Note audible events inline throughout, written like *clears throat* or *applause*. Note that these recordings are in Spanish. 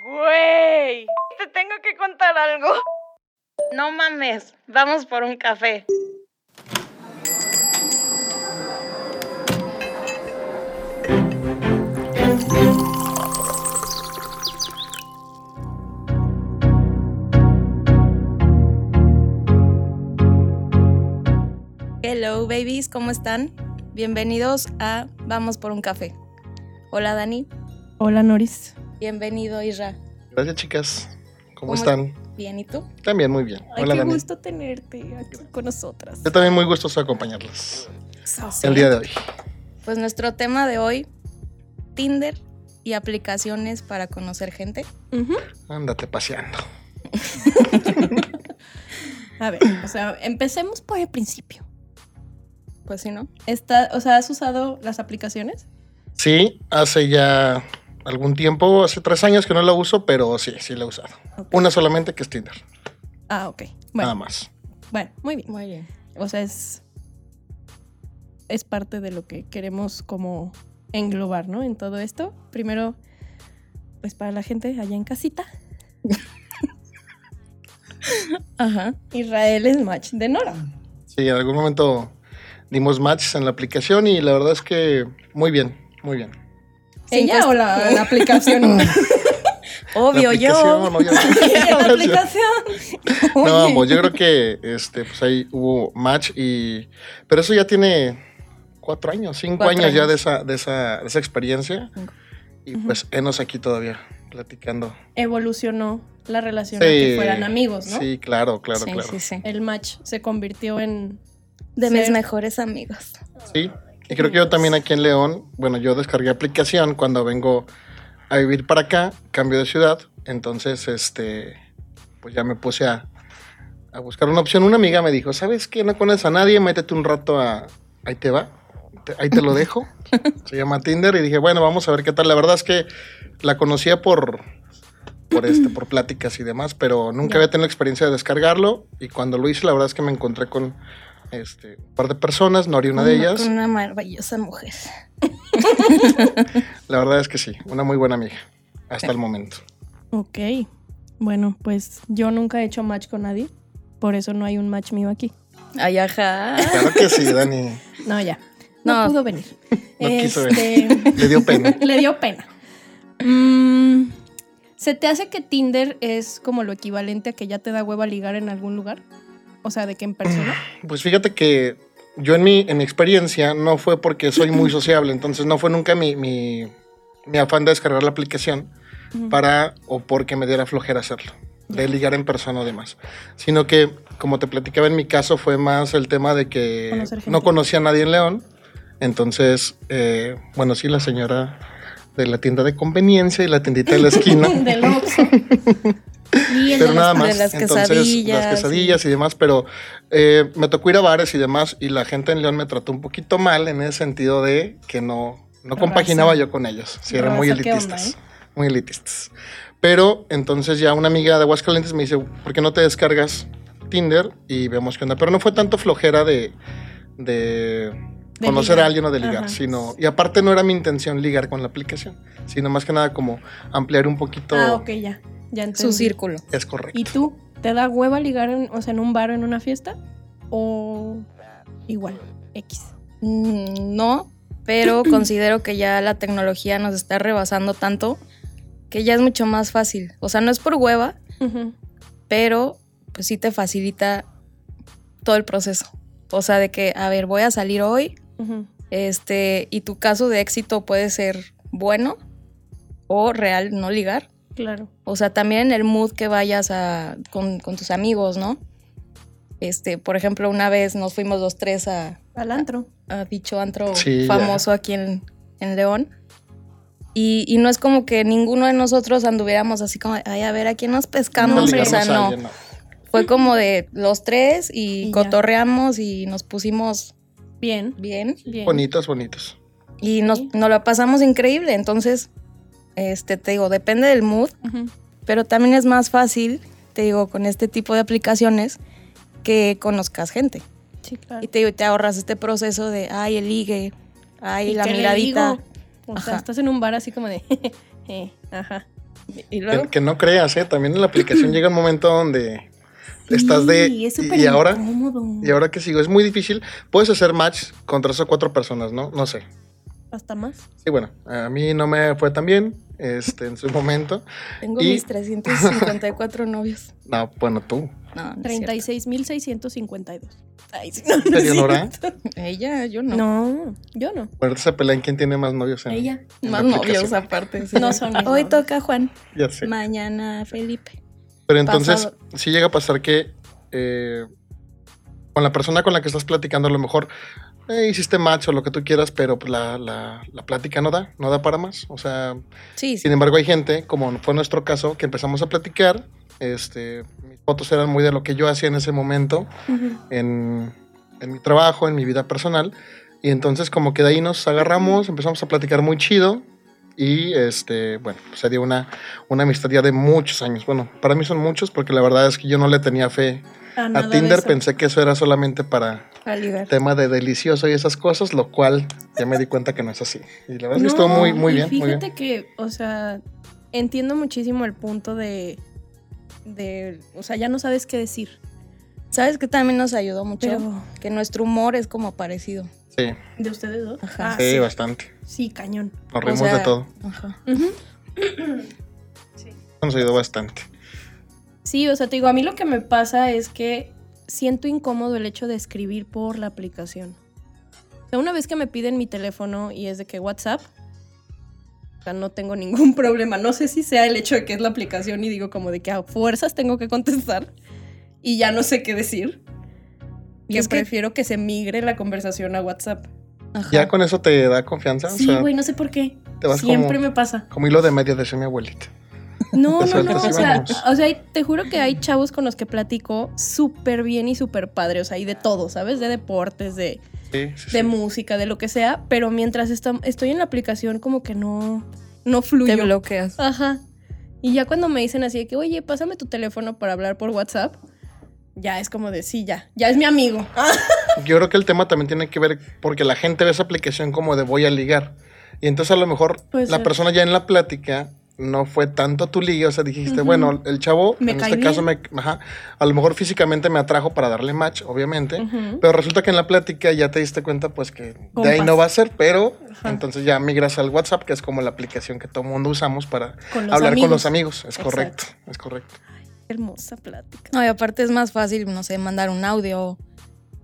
Güey, te tengo que contar algo. No mames, vamos por un café. Hello babies, ¿cómo están? Bienvenidos a Vamos por un café. Hola Dani, Hola Noris. bienvenido Isra. Gracias, chicas. ¿Cómo, ¿Cómo están? Bien, ¿y tú? También, muy bien. Ay, Hola, qué Dani. gusto tenerte aquí con nosotras. Yo también muy gustoso de acompañarlas el día de hoy. Pues nuestro tema de hoy, Tinder y aplicaciones para conocer gente. Ujú. Ándate paseando. A ver, o sea, empecemos por el principio. Pues sí, ¿no? Está, o sea, ¿has usado las aplicaciones? Sí, hace ya algún tiempo, hace tres años que no la uso, pero sí, sí la he usado. Ok. Una solamente que es Tinder, Ah, ok. Bueno, nada más. bueno, muy bien. Muy bien. O sea, es, es parte de lo que queremos como englobar, ¿no? En todo esto. Primero, pues para la gente allá en casita, Ajá. Israel es match de Nora. Sí, en algún momento dimos match en la aplicación y la verdad es que muy bien, muy bien. Sí, ¿Ella pues- o la, *laughs* la aplicación? Obvio, La yo. *laughs* aplicación, obvio. *laughs* la aplicación. No, Oye. ambos. Yo creo que este, pues ahí hubo match y. Pero eso ya tiene cuatro años, cinco Cuatro años, ya años. de esa, de esa, de esa experiencia. Cinco. Y Ujú. pues enos aquí todavía, platicando. evolucionó la relación a Sí. que fueran amigos, ¿no? Sí, claro, claro, sí, claro. sí, sí. El match se convirtió en De mis Ser- mejores amigos. Sí. Y creo que yo también aquí en León, bueno, yo descargué aplicación cuando vengo a vivir para acá, cambio de ciudad. Entonces, este, pues ya me puse a, a buscar una opción. Una amiga me dijo, ¿sabes qué? No conoces a nadie, métete un rato a... Ahí te va, te- ahí te lo dejo. Se llama Tinder y dije, bueno, vamos a ver qué tal. La verdad es que la conocía por... Por, este, por pláticas y demás, pero nunca Ya. había tenido experiencia de descargarlo y cuando lo hice la verdad es que me encontré con este, un par de personas, no haría una de ellas. Con una maravillosa mujer. La verdad es que sí, una muy buena amiga, hasta el momento. Ok. Bueno, pues yo nunca he hecho match con nadie. Por eso no hay un match mío aquí. Ay, ajá. Claro que sí, Dani. No, ya. No, No. pudo venir. *laughs* *laughs* No quiso Este, *laughs* Le dio pena. *laughs* le dio pena. Mm, ¿Se te hace que Tinder es como lo equivalente a que ya te da hueva ligar en algún lugar? O sea, de que en *laughs* persona. Pues fíjate que yo en mi, en mi experiencia no fue porque *clears throat* soy muy sociable, entonces no fue nunca mi, mi, mi afán de descargar la aplicación Ujú. para o porque me diera flojera hacerlo, de ligar en persona o demás. Sino que, como te platicaba en mi caso, fue más el tema de que Conocer gente. no conocía a nadie en León. Entonces, eh, bueno, sí, la señora de la tienda de conveniencia y la tiendita de *laughs* la esquina. Del Oxxo. Y el pero de nada las- más. de las Entonces, quesadillas, las quesadillas y demás, pero eh, me tocó ir a bares y demás, y la gente en León me trató un poquito mal en el sentido de que no, no Raza. compaginaba yo con ellos. Sí, eran muy Raza, ¿qué onda, eh? elitistas. Muy elitistas. Pero entonces ya una amiga de Aguascalientes me dice, ¿por qué no te descargas Tinder y vemos qué onda? Pero no fue tanto flojera de... de De conocer ligar. a alguien o de ligar, Ajá. sino y aparte no era mi intención ligar con la aplicación, sino más que nada como ampliar un poquito Ah, ok, ya. Ya entendí. Su círculo. es correcto. ¿Y tú? ¿Te da hueva ligar en, o sea, en un bar o en una fiesta? ¿O igual? X. Mm, No, pero considero que ya la tecnología nos está rebasando tanto que ya es mucho más fácil. O sea, no es por hueva, pero pues sí te facilita todo el proceso. O sea, de que, a ver, voy a salir hoy, Ujú. este, y tu caso de éxito puede ser bueno o real, no ligar. Claro. O sea, también en el mood que vayas a- con, con tus amigos, ¿no? Este, por ejemplo, una vez nos fuimos los tres a, Al antro. a dicho antro Sí, ya. famoso aquí en, en León. Y, y no es como que ninguno de nosotros anduviéramos así como, ay, a ver, ¿a quién nos pescamos? No, hombre, o sea, ligarnos a no. alguien, no. Fue como de los tres y, Y ya. cotorreamos y nos pusimos Bien. bien Bien. Bonitos, bonitos. y nos, Sí. nos la pasamos increíble. Entonces, este, te digo, depende del mood, Ujú. pero también es más fácil, te digo, con este tipo de aplicaciones que conozcas gente. Sí, claro. Y te digo, te ahorras este proceso de, ay, el ligue, ay, ¿Y la qué le miradita. digo? O sea, Ajá. *laughs* estás en un bar así como de... eh, ajá. Y luego, Que, que no creas, ¿eh? También en la *laughs* aplicación llega un momento donde estás de... Sí, es y- súper y ahora... incómodo. Y ahora que sigo, es muy difícil. Puedes hacer match con tres o cuatro personas, ¿no? No sé. Hasta más. Sí, bueno, a mí no me fue tan bien este, en su momento. Tengo Y- mis 354 novios. No, bueno, tú. No, no es cierto. 36.652. Ay, sí, no, no ¿En es serio, Nora? cierto. Ella, yo no. No, yo no. Ahorita se pelea en quién tiene más novios. ¿eh? En, Ella. en Más la aplicación. novios aparte. sí. No son mis Hoy novios. toca Juan, Ya sé. mañana Felipe. Pero entonces, pasado. sí llega a pasar que eh, con la persona con la que estás platicando, a lo mejor eh, hiciste match o lo que tú quieras, pero pues, la, la- la plática no da, no da para más. O sea, Sí, sí. Sin embargo, hay gente, como fue nuestro caso, que empezamos a platicar. Este, mis fotos eran muy de lo que yo hacía en ese momento, en, en mi trabajo, en mi vida personal. Y entonces, como que de ahí nos agarramos, empezamos a platicar muy chido. Y este, bueno, pues, se dio una, una amistad ya de muchos años. Bueno, para mí son muchos, porque la verdad es que yo no le tenía fe A, a Tinder. Pensé que eso era solamente para A ligar. tema de delicioso y esas cosas, lo cual ya me di cuenta que no es así. Y la verdad es que No, estuvo muy, muy y bien. Muy Fíjate bien. que, o sea, entiendo muchísimo el punto de, de. O sea, ya no sabes qué decir. ¿Sabes qué también nos ayudó mucho? Pero. Que nuestro humor es como parecido. Sí, ¿De ustedes dos? Ajá. Ah, sí, sí. bastante. Sí, cañón. Nos O reímos sea, de todo. Ajá. Nos ayudó bastante. Sí, o sea, te digo, a mí lo que me pasa es que siento incómodo el hecho de escribir por la aplicación. O sea, una vez que me piden mi teléfono y es de que WhatsApp, o sea, no tengo ningún *laughs* problema. No sé si sea el hecho de que es la aplicación y digo como de que a fuerzas tengo que contestar y ya no sé qué decir. Y Que es que- prefiero que... se migre la conversación a WhatsApp. Ajá. ¿Ya con eso te da confianza? Sí, o sea, güey, no sé por qué. te vas Siempre como, me pasa. como hilo de media, decía mi abuelita. No, Te no, no. sueltas O y sea, vámonos. o sea, hay- te juro que hay chavos con los que platico súper bien y súper padre. O sea, hay de todo, ¿sabes? De deportes, de, Sí, sí, de sí. música, de lo que sea. Pero mientras estam- estoy en la aplicación, como que no, no Te fluyo. bloqueas. Ajá. Y ya cuando me dicen así de que, oye, pásame tu teléfono para hablar por WhatsApp, ya es como de, sí, ya. Ya es mi amigo. Ah. Yo creo que el tema también tiene que ver porque la gente ve esa aplicación como de voy a ligar. Y entonces a lo mejor Puede la ser. persona ya en la plática no fue tanto tu ligue, o sea, dijiste, Ujú. bueno, el chavo, Me en cae este caso, me, ajá, a lo mejor físicamente me atrajo para darle match, obviamente, Ujú. pero resulta que en la plática ya te diste cuenta, pues, que de ahí Compas. no va a ser, pero Ajá. entonces ya migras al WhatsApp, que es como la aplicación que todo mundo usamos para Con los hablar amigos. con los amigos, es Exacto. correcto, es correcto. Hermosa plática. No, y aparte es más fácil, no sé, mandar un audio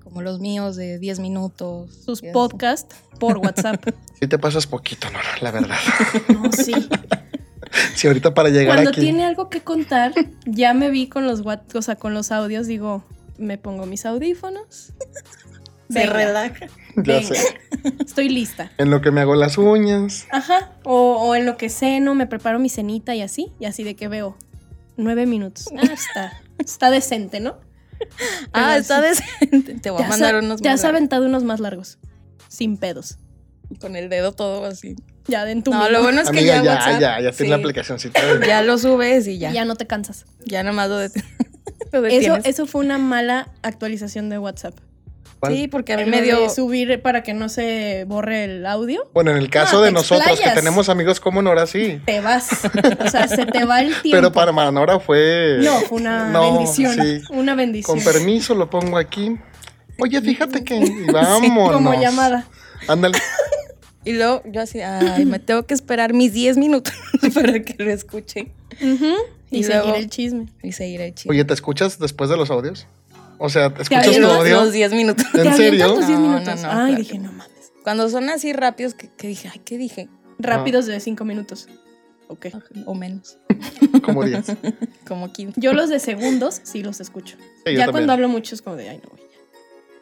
como los míos de 10 minutos. Sus y así. podcasts por WhatsApp. Si te pasas poquito, Nora, la verdad. *laughs* *laughs* no, sí. Si ahorita para llegar Cuando aquí. tiene algo que contar, ya me vi con los what- o sea, con los audios, digo, me pongo mis audífonos. Se venga, relaja. *laughs* ya venga, sé, Estoy lista. En lo que me hago las uñas. Ajá. O, o en lo que ceno, me preparo mi cenita y así, y así de que veo. Nueve minutos. Ah, está. Está decente, ¿no? Ah, Pero está sí, decente. *laughs* Te voy Te a has- mandar unos. Te has mensajes aventado unos más largos. Sin pedos. Con el dedo todo así. Ya de en tu No, mano. lo bueno es que Amiga, ya, ya, WhatsApp, ya, ya, tiene sí, *laughs* la aplicacioncita. Ya lo subes y ya. Ya Ya, no te cansas. nomás lo, det- lo Eso, detienes. eso fue una mala actualización de WhatsApp. ¿Cuál? Sí, porque a mí El me de dio. subir para que no se borre el audio. Bueno, en el caso No, de te nosotros, explayas. que tenemos amigos como Nora, sí. te vas. O sea, se te va el tiempo. Pero para Nora fue. No, fue una No, bendición. sí. Una bendición. Con permiso, lo pongo aquí. Oye, *laughs* fíjate que. Y vámonos. Como llamada. Ándale. Y luego yo así, ay, me tengo que esperar mis 10 minutos *laughs* para que lo escuche Ujú. Y, Y seguir luego- el chisme. y seguir ahí chido. Oye, ¿te escuchas después de los audios? O sea, ¿te escuchas avientas tu los, audio? los 10 minutos. ¿En ¿Te serio? avientas los 10 No, no, minutos? no, Ay, claro dije, que no mames. Cuando son así rápidos, que, que dije, ay, ¿qué dije? Rápidos Ah. de 5 minutos. Ok. O menos, Como 10. Sí, como 15. Yo los de segundos sí los escucho. yo ya también. cuando hablo mucho es como de, ay, no, güey.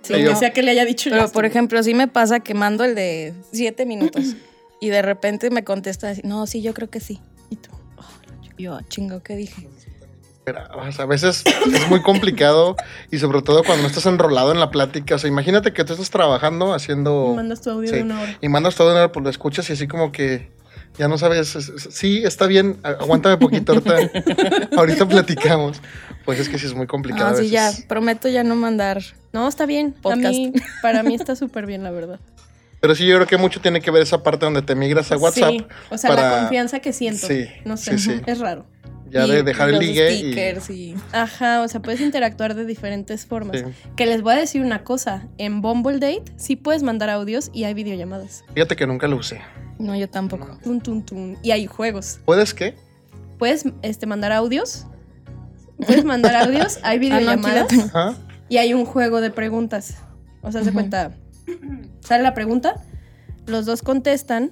Sí, Yo- Lo que no. sea que le haya dicho. ya Pero, por estuvo. ejemplo, sí me pasa que mando el de 7 minutos y de repente me contesta así, no, sí, yo creo que sí. Y tú, ay, Yo, "Ah, chingo, ¿qué dije? esperabas. Ah, A veces es muy complicado y sobre todo cuando no estás enrolado en la plática. O sea, imagínate que tú estás trabajando haciendo mandas tu audio Oh, sí. de una hora. y mandas todo en el- pues lo escuchas y así como que ya no sabes. es- es- sí, está bien, a- aguántame *laughs* poquito ahorita. ahorita platicamos. Pues es que sí es muy complicado. No, a Ah, sí, ya, veces. prometo ya no mandar. No, está bien. A Podcast. mí- para mí está súper bien, la verdad. Pero sí, yo creo que mucho tiene que ver esa parte donde te migras a WhatsApp. Sí, o sea, la para- confianza que siento. Sí, no sé, sí, sí. es raro. Ya Y de dejar el los ligue y. stickers y... Ajá, o sea, puedes interactuar de diferentes formas. sí. Que les voy a decir una cosa, en Bumble Date sí puedes mandar audios y hay videollamadas. Fíjate que nunca lo usé. No, yo tampoco. Tun, tun, tun. Y hay juegos. ¿Puedes qué? Puedes este, mandar audios. *laughs* Puedes mandar audios, hay Ah, no, aquí la videollamadas tengo. Ajá. y hay un juego de preguntas. O sea, se Ujú. cuenta, sale la pregunta, los dos contestan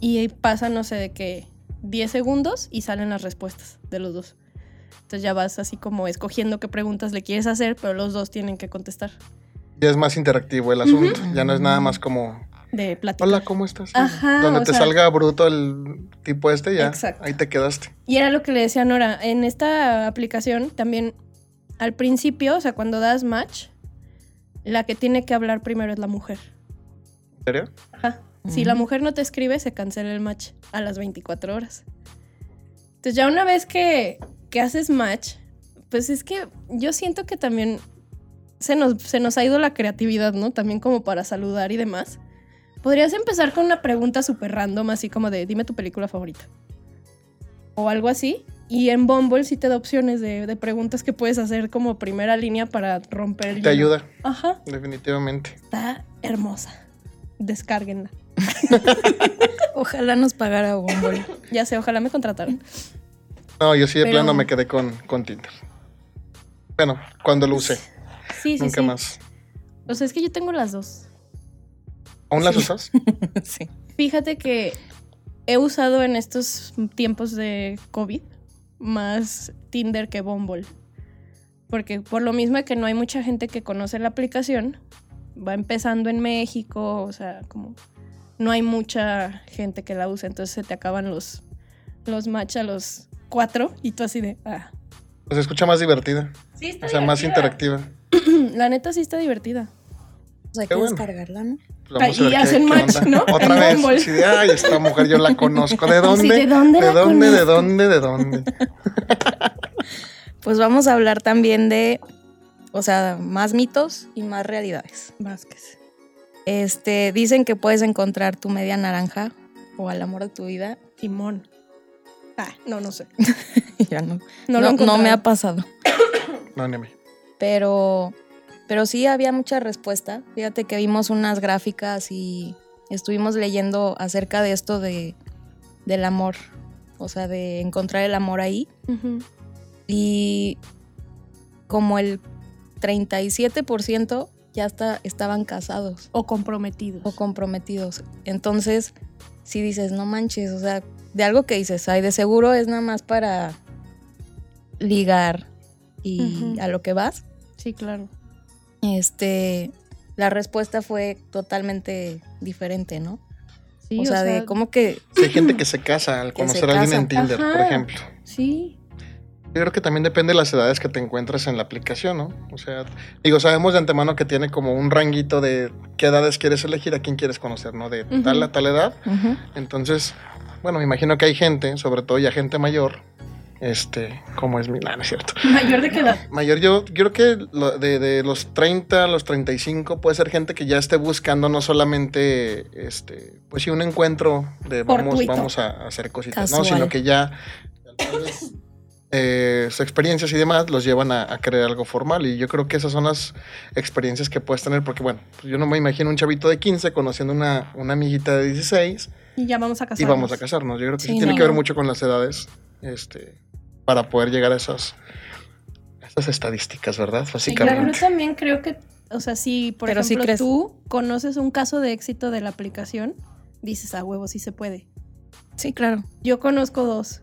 y pasa, no sé, de qué, 10 segundos y salen las respuestas de los dos. Entonces ya vas así como escogiendo qué preguntas le quieres hacer, pero los dos tienen que contestar Ya es más interactivo el asunto. Ya no es nada más como. de plática. Hola, ¿cómo estás? Ajá, Donde o te sea- salga bruto el tipo este, ya. Exacto. Ahí te quedaste. Y era lo que le decía a Nora, en esta aplicación también al principio, o sea, cuando das match, la que tiene que hablar primero es la mujer. ¿En serio? Ajá. Si la mujer no te escribe, se cancela el match a las 24 horas. Entonces ya una vez que, que haces match, pues es que yo siento que también se nos, se nos ha ido la creatividad, ¿no? También como para saludar y demás. Podrías empezar con una pregunta súper random, así como de dime tu película favorita. O algo así. Y en Bumble sí te da opciones de, de preguntas que puedes hacer como primera línea para romper el hielo. Te ayuda, Ajá. definitivamente. Está hermosa. Descárguenla. *laughs* Ojalá nos pagara Bumble. Ya sé, ojalá me contrataran. No, yo sí de Pero- plano me quedé con, con Tinder. Bueno, cuando lo usé, Sí, sí, nunca sí. más. O sea, es que yo tengo las dos. ¿Aún las usas? *laughs* sí. Fíjate que he usado en estos tiempos de COVID más Tinder que Bumble. Porque por lo mismo de que no hay mucha gente que conoce la aplicación, va empezando en México, o sea, como no hay mucha gente que la usa, entonces se te acaban los, los match a los cuatro y tú así de, ah. *clears throat* Pues Se escucha más divertida, Sí, está o sea, más divertida. interactiva. La neta sí está divertida. O sea, hay que Qué bueno. descargarla, ¿no? Pues Ah, y vamos a ver qué- hacen qué match, onda. ¿no? Otra En vez. Bumble. Sí, ay, esta mujer yo la *laughs* conozco. ¿De Así, dónde? ¿de dónde ¿De la dónde? ¿De conozco? dónde? ¿De dónde? Pues vamos a hablar también de, o sea, más mitos y más realidades. Vázquez. Este, dicen que puedes encontrar tu media naranja o al amor de tu vida. *laughs* Timón. Ah, no, no sé. ya no. No, No, lo he no me encontrado. ha pasado. No, ni a mí. Pero, pero sí había mucha respuesta. Fíjate que vimos unas gráficas y estuvimos leyendo acerca de esto de, del amor. O sea, de encontrar el amor ahí. Ujú. Y como el 37% ya está, estaban casados. O comprometidos. o comprometidos. Entonces, si dices, no manches, o sea, de algo que dices, ay, de seguro es nada más para ligar y Ujú. a lo que vas. sí, claro. Este, la respuesta fue totalmente diferente, ¿no? Sí, o, sea, de cómo que Sí, hay gente que se casa al Que se conocer a alguien casan. en Tinder, por Ajá. ejemplo. Sí. Yo creo que también depende de las edades que te encuentres en la aplicación, ¿no? O sea, digo, sabemos de antemano que tiene como un ranguito de qué edades quieres elegir, a quién quieres conocer, ¿no? De Ujú. tal a tal edad. ujú, Entonces, bueno, me imagino que hay gente, sobre todo ya gente mayor, este, como es mi, nah, no es cierto. *laughs* Mayor de qué edad. Mayor, yo, yo creo que lo- de, de los 30 a los 35 puede ser gente que ya esté buscando no solamente, este, pues sí, un encuentro de vamos, Fortuito. vamos a, a hacer cositas, ¿no? Casual. Sino que ya tal vez, eh, sus experiencias y demás los llevan a, a querer algo formal. Y yo creo que esas son las experiencias que puedes tener, porque bueno, pues yo no me imagino un chavito de 15 conociendo una, una amiguita de 16 Y ya vamos a casarnos. y vamos a casarnos. Yo creo que sí, Sí, tiene no. que ver mucho con las edades, este, para poder llegar a esas, a esas estadísticas, ¿verdad? Sí, claro, yo Básicamente. también creo que, o sea, si por Pero sí ejemplo crees. tú conoces un caso de éxito de la aplicación, dices, a huevo, sí se puede. Sí, claro. Yo conozco dos.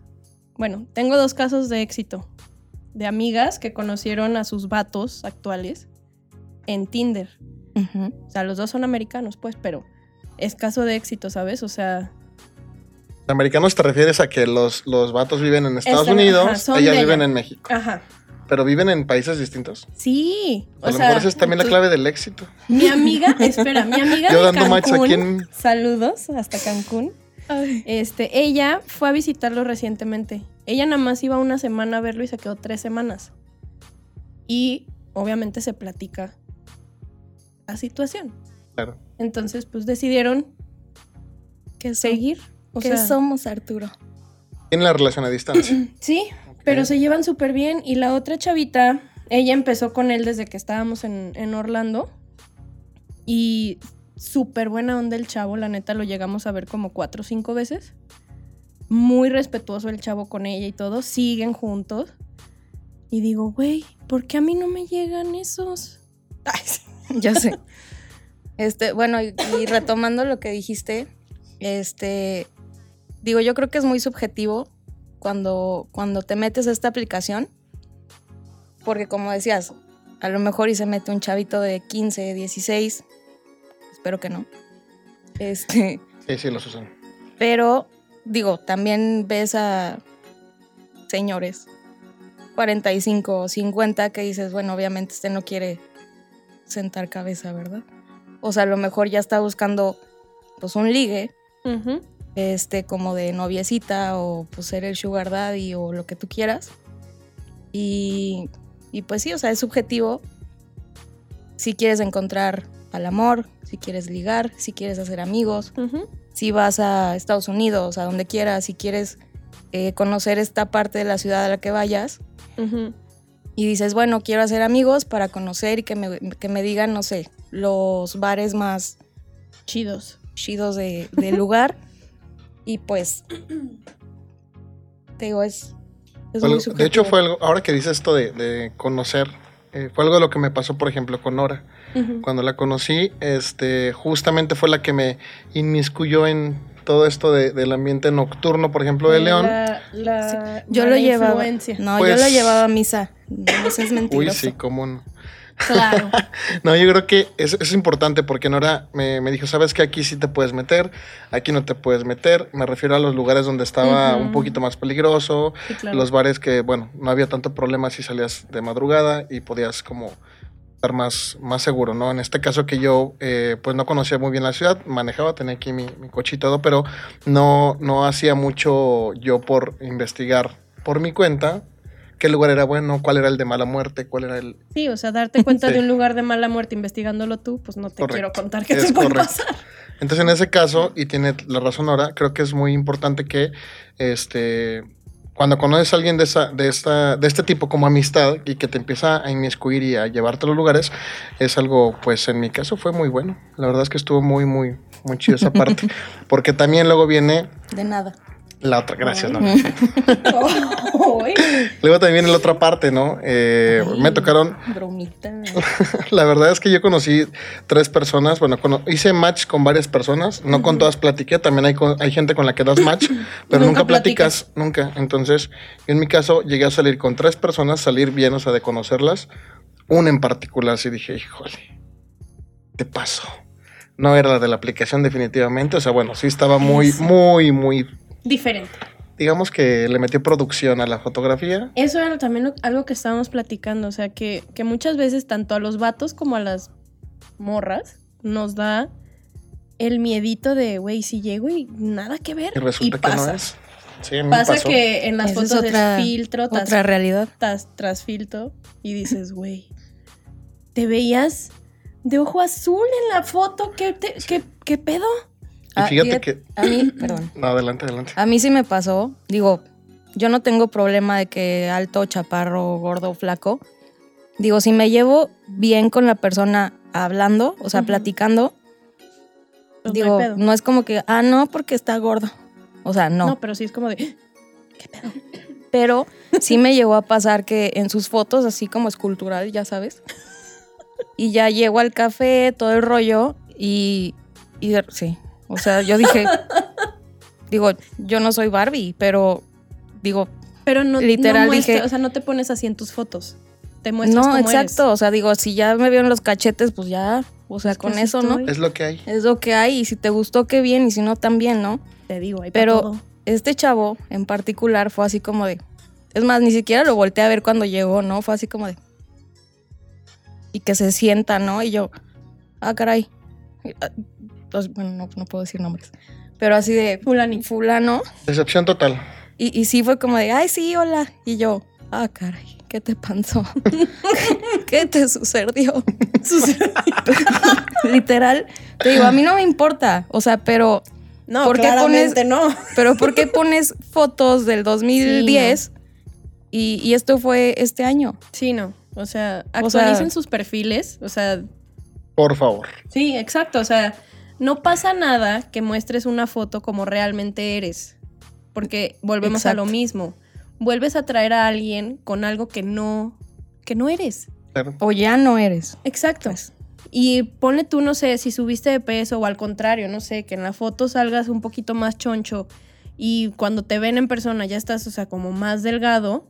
Bueno, tengo dos casos de éxito. De amigas que conocieron a sus vatos actuales en Tinder. ujú. O sea, los dos son americanos, pues, pero es caso de éxito, ¿sabes? O sea, Americanos te refieres a que los, los vatos viven en Estados Están- Unidos, ajá, son ellas de viven allá. en México, ajá. pero viven en países distintos. Sí. A O lo sea, mejor esa es también la clave del éxito. mi amiga, espera, mi amiga *laughs* Yo de dando match Cancún. aquí en... Saludos hasta Cancún. Este, ella fue a visitarlo recientemente. Ella nada más iba una semana a verlo y se quedó tres semanas. Y obviamente se platica la situación. Claro. Entonces, pues decidieron ¿Qué, so- seguir. O qué sea, somos, Arturo? Tiene la relación *clears throat* a distancia. sí, pero se llevan súper bien. Y la otra chavita, ella empezó con él desde que estábamos en, en Orlando. Y súper buena onda el chavo, la neta lo llegamos a ver como cuatro o cinco veces. Muy respetuoso el chavo con ella y todo, siguen juntos. Y digo, güey, ¿por qué a mí no me llegan esos? Ay, sí. *laughs* Ya sé. Este, bueno, y, y retomando lo que dijiste, este, digo, yo creo que es muy subjetivo cuando, cuando te metes a esta aplicación, porque como decías, a lo mejor y se mete un chavito de 15, 16, espero que no, este, Sí, sí, los usan. pero digo, también ves a señores 45 o 50 que dices, bueno, obviamente este no quiere sentar cabeza, ¿verdad? O sea, a lo mejor ya está buscando pues un ligue, Ujú. este como de noviecita o pues ser el sugar daddy o lo que tú quieras. Y, y pues sí, o sea, es subjetivo. Si quieres encontrar al amor, si quieres ligar, si quieres hacer amigos, Ujú. si vas a Estados Unidos, a donde quieras, si quieres eh, conocer esta parte de la ciudad a la que vayas Ujú. y dices, bueno, quiero hacer amigos para conocer y que me, que me digan, no sé, los bares más Chidos. chidos de- del *laughs* lugar. y pues, te digo, es, es muy Fue algo- de hecho, subjetivo. fue algo, ahora que dices esto de, de conocer, eh, fue algo de lo que me pasó, por ejemplo, con Nora. Ujú. Cuando la conocí, este, justamente fue la que me inmiscuyó en todo esto de- del ambiente nocturno, por ejemplo, de León. La- la Yo lo mala llevaba. influencia. No, Pues- yo lo llevaba a misa. Misa es Uy, mentiroso. sí, cómo no. Claro. No, yo creo que es, es importante porque Nora me, me dijo, sabes que aquí sí te puedes meter, aquí no te puedes meter. Me refiero a los lugares donde estaba Ujú. un poquito más peligroso, Sí, claro. los bares que, bueno, no había tanto problema si salías de madrugada y podías como estar más, más seguro, ¿no? En este caso que yo, eh, pues no conocía muy bien la ciudad, manejaba, tenía aquí mi, mi coche y todo, pero no, no hacía mucho yo por investigar por mi cuenta qué lugar era bueno, cuál era el de mala muerte, cuál era el, Sí, o sea, darte cuenta Sí. de un lugar de mala muerte investigándolo tú, pues no te Correcto. quiero contar qué Es te puede correcto. pasar. Entonces, en ese caso, y tiene la razón ahora, creo que es muy importante que este, cuando conoces a alguien de, esa, de, esta, de este tipo como amistad y que te empieza a inmiscuir y a llevarte a los lugares, es algo, pues en mi caso fue muy bueno. La verdad es que estuvo muy, muy, muy chido *laughs* esa parte. Porque también luego viene De nada. la otra, gracias, ¿no? Ay, Luego también viene la otra parte, ¿no? Eh, me tocaron Bromita. *laughs* La verdad es que yo conocí tres personas, bueno, cono- hice match con varias personas, no con todas platiqué, también hay, co- hay gente con la que *laughs* das match, pero Nunca nunca, platicas, nunca. Entonces, yo en mi caso llegué a salir con tres personas, salir bien, o sea, de conocerlas, una en particular, sí dije, híjole, te pasó. No era la de la aplicación definitivamente, o sea, bueno, sí estaba muy, muy, muy, Diferente. digamos que le metió producción a la fotografía. Eso era también lo- algo que estábamos platicando, o sea, que, que muchas veces tanto a los vatos como a las morras nos da el miedito de, güey, si llego y nada que ver. Y resulta y que pasa. no es. Sí, a mí me Pasa pasó. que en las Esa es fotos otra- es filtro, tras Otra realidad. tras, tras filtro y dices, güey, te veías de ojo azul en la foto, ¿qué, te- qué- qué pedo? Y Ah, fíjate fíjate- que... A mí, perdón. No, adelante, adelante. Ah, A mí sí me pasó. Digo, yo no tengo problema de que alto, chaparro, gordo, flaco. Digo, si me llevo bien con la persona hablando, o sea, Ujú. platicando, Pues no digo, hay pedo. no es como que, ah, no, porque está gordo. O sea, no. No, pero sí es como de, *laughs* Pero sí me llegó a pasar que en sus fotos, así como escultural, ya sabes. Y ya llego al café, todo el rollo, y, y de- sí. O sea, yo *laughs* dije, digo, yo no soy Barbie, pero digo, "Ah", pero no, Literal, no muestra- dije- o sea, no te pones así en tus fotos. Te muestras no, cómo exacto. O sea, digo, si ya me vieron los cachetes, pues ya, o sea, Es que con así eso, ¿no? estoy. Es lo que hay. Es lo que hay y si te gustó, qué bien, y si no, también, ¿no? eres. Te digo, ahí Pero- pero todo. Este chavo en particular fue así como de... Es más, ni siquiera lo volteé a ver cuando llegó, ¿no? Fue así como de... Y que se sienta, ¿no? Y yo, ah, caray. Y, ah, pues, bueno, no, no puedo decir nombres. Pero así de... *laughs* Fulanito. Fulano. Decepción total. Y, y sí fue como de, ay, sí, hola. Y yo, ah, caray, *laughs* *laughs* ¿qué te pasó? ¿Qué te sucedió? *laughs* literal. Te digo, a mí no me importa, o sea, pero No, ¿Por qué claramente pones- no. Pero ¿por qué pones fotos del 2010 y, y esto fue este año? *laughs* Sí, no. O sea, O sea- actualicen sus perfiles. O sea, Por favor. sí, exacto. O sea, no pasa nada que muestres una foto como realmente eres. Porque volvemos a lo Exacto. mismo. Vuelves a traer a alguien con algo que no, que no eres. Claro. O ya no eres. Exacto. Y ponle tú, no sé, si subiste de peso o al contrario, no sé, que en la foto salgas un poquito más choncho y cuando te ven en persona ya estás, o sea, como más delgado,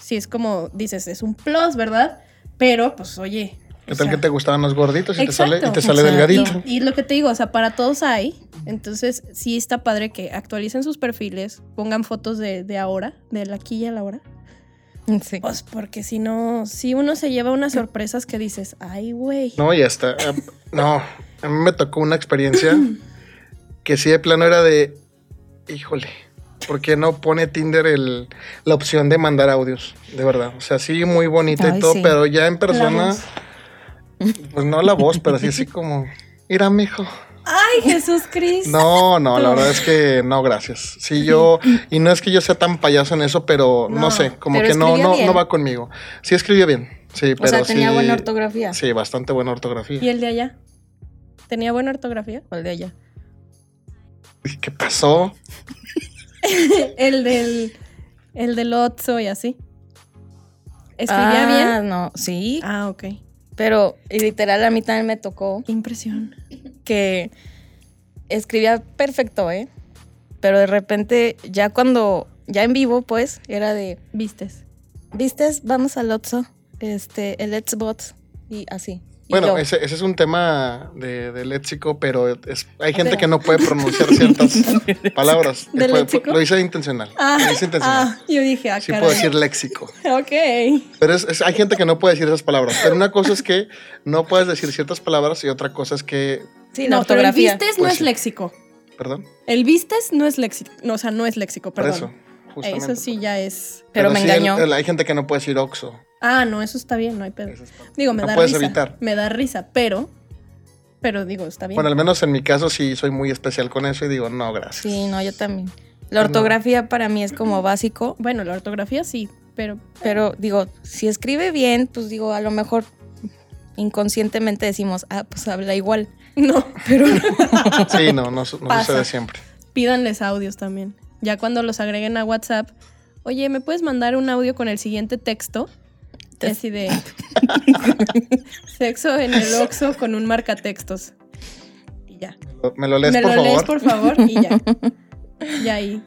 si es como, dices, es un plus, ¿verdad? Pero, pues, oye. ¿Qué o tal sea, que te gustaban los gorditos y Exacto. te sale, y te sale Exacto. delgadito? y lo que te digo, o sea, para todos hay. Entonces, sí está padre que actualicen sus perfiles, pongan fotos de, de ahora, de la quilla a la hora. Sí. Pues porque si no, si uno se lleva unas sorpresas que dices, ay, güey. No, ya está. No, a mí me tocó una *clears throat* experiencia que sí de plano era de, híjole, ¿por qué no pone Tinder el, la opción de mandar audios? De verdad. O sea, sí, muy bonita y Ay, todo, sí. pero ya en La persona, voz. pues no la voz, pero sí así como, mira, mijo. Ay, Jesús Cristo. No, no, la verdad es que no, gracias. Sí, yo, y no es que yo sea tan payaso en eso, pero no, No, sé, como pero que no, escribía no, bien. no va conmigo. Sí escribió bien, sí, pero O sea, tenía sí- buena ortografía. Sí, bastante buena ortografía. ¿Y el de allá? ¿Tenía buena ortografía? O el de allá. ¿Qué pasó? el del. El del Otso y así. ¿Escribía Ah, bien? No, sí. Ah, ok. Pero y literal a mí también me tocó Qué impresión. que escribía perfecto, ¿eh? Pero de repente, ya cuando, ya en vivo, pues, era de, Vistes. ¿vistes? Vamos al Otso, este, el Let's Bots", y así. Y Bueno, yo, ese, ese es un tema de, de léxico, pero es- hay gente que no puede *laughs* pronunciar ciertas palabras. ¿De Fue- léxico? Lo hice intencional. Ah, lo hice intencional. ah, yo dije, ah, sí caray. puedo decir léxico. Ok. Pero es- es- hay gente que no puede decir esas palabras. Pero una cosa es que no puedes decir ciertas palabras y otra cosa es que... sí, la No, pero el ortografía. vistes no Pues es sí. léxico. Perdón, El vistes no es léxico. No, o sea, no es léxico, por perdón. Eh, eso. Justamente. Eso sí ya es. Pero me sí, engañó. el- el- hay gente que no puede decir oxo. Ah, no, eso está bien, no hay pedo. Eso es parte. Digo, me No da puedes risa. evitar. Me da risa, pero. Pero digo, está bien. Bueno, al menos en mi caso sí soy muy especial con eso y digo, no, gracias. Sí, no, yo también. La ortografía para mí es como básico, Bueno, la ortografía sí, pero *laughs* pero digo, si escribe bien, pues digo, a lo mejor inconscientemente decimos, ah, pues habla igual. no. Sí, *laughs* no, no, su- no Pasa. sucede siempre. Pídanles audios también. Ya cuando los agreguen a WhatsApp, oye, ¿me puedes mandar un audio con el siguiente texto? Y Así de *laughs* sexo en el Oxxo con un marcatextos. Y ya. ¿Me lo lees, Me por lo favor? lees, por favor, y ya. Y ahí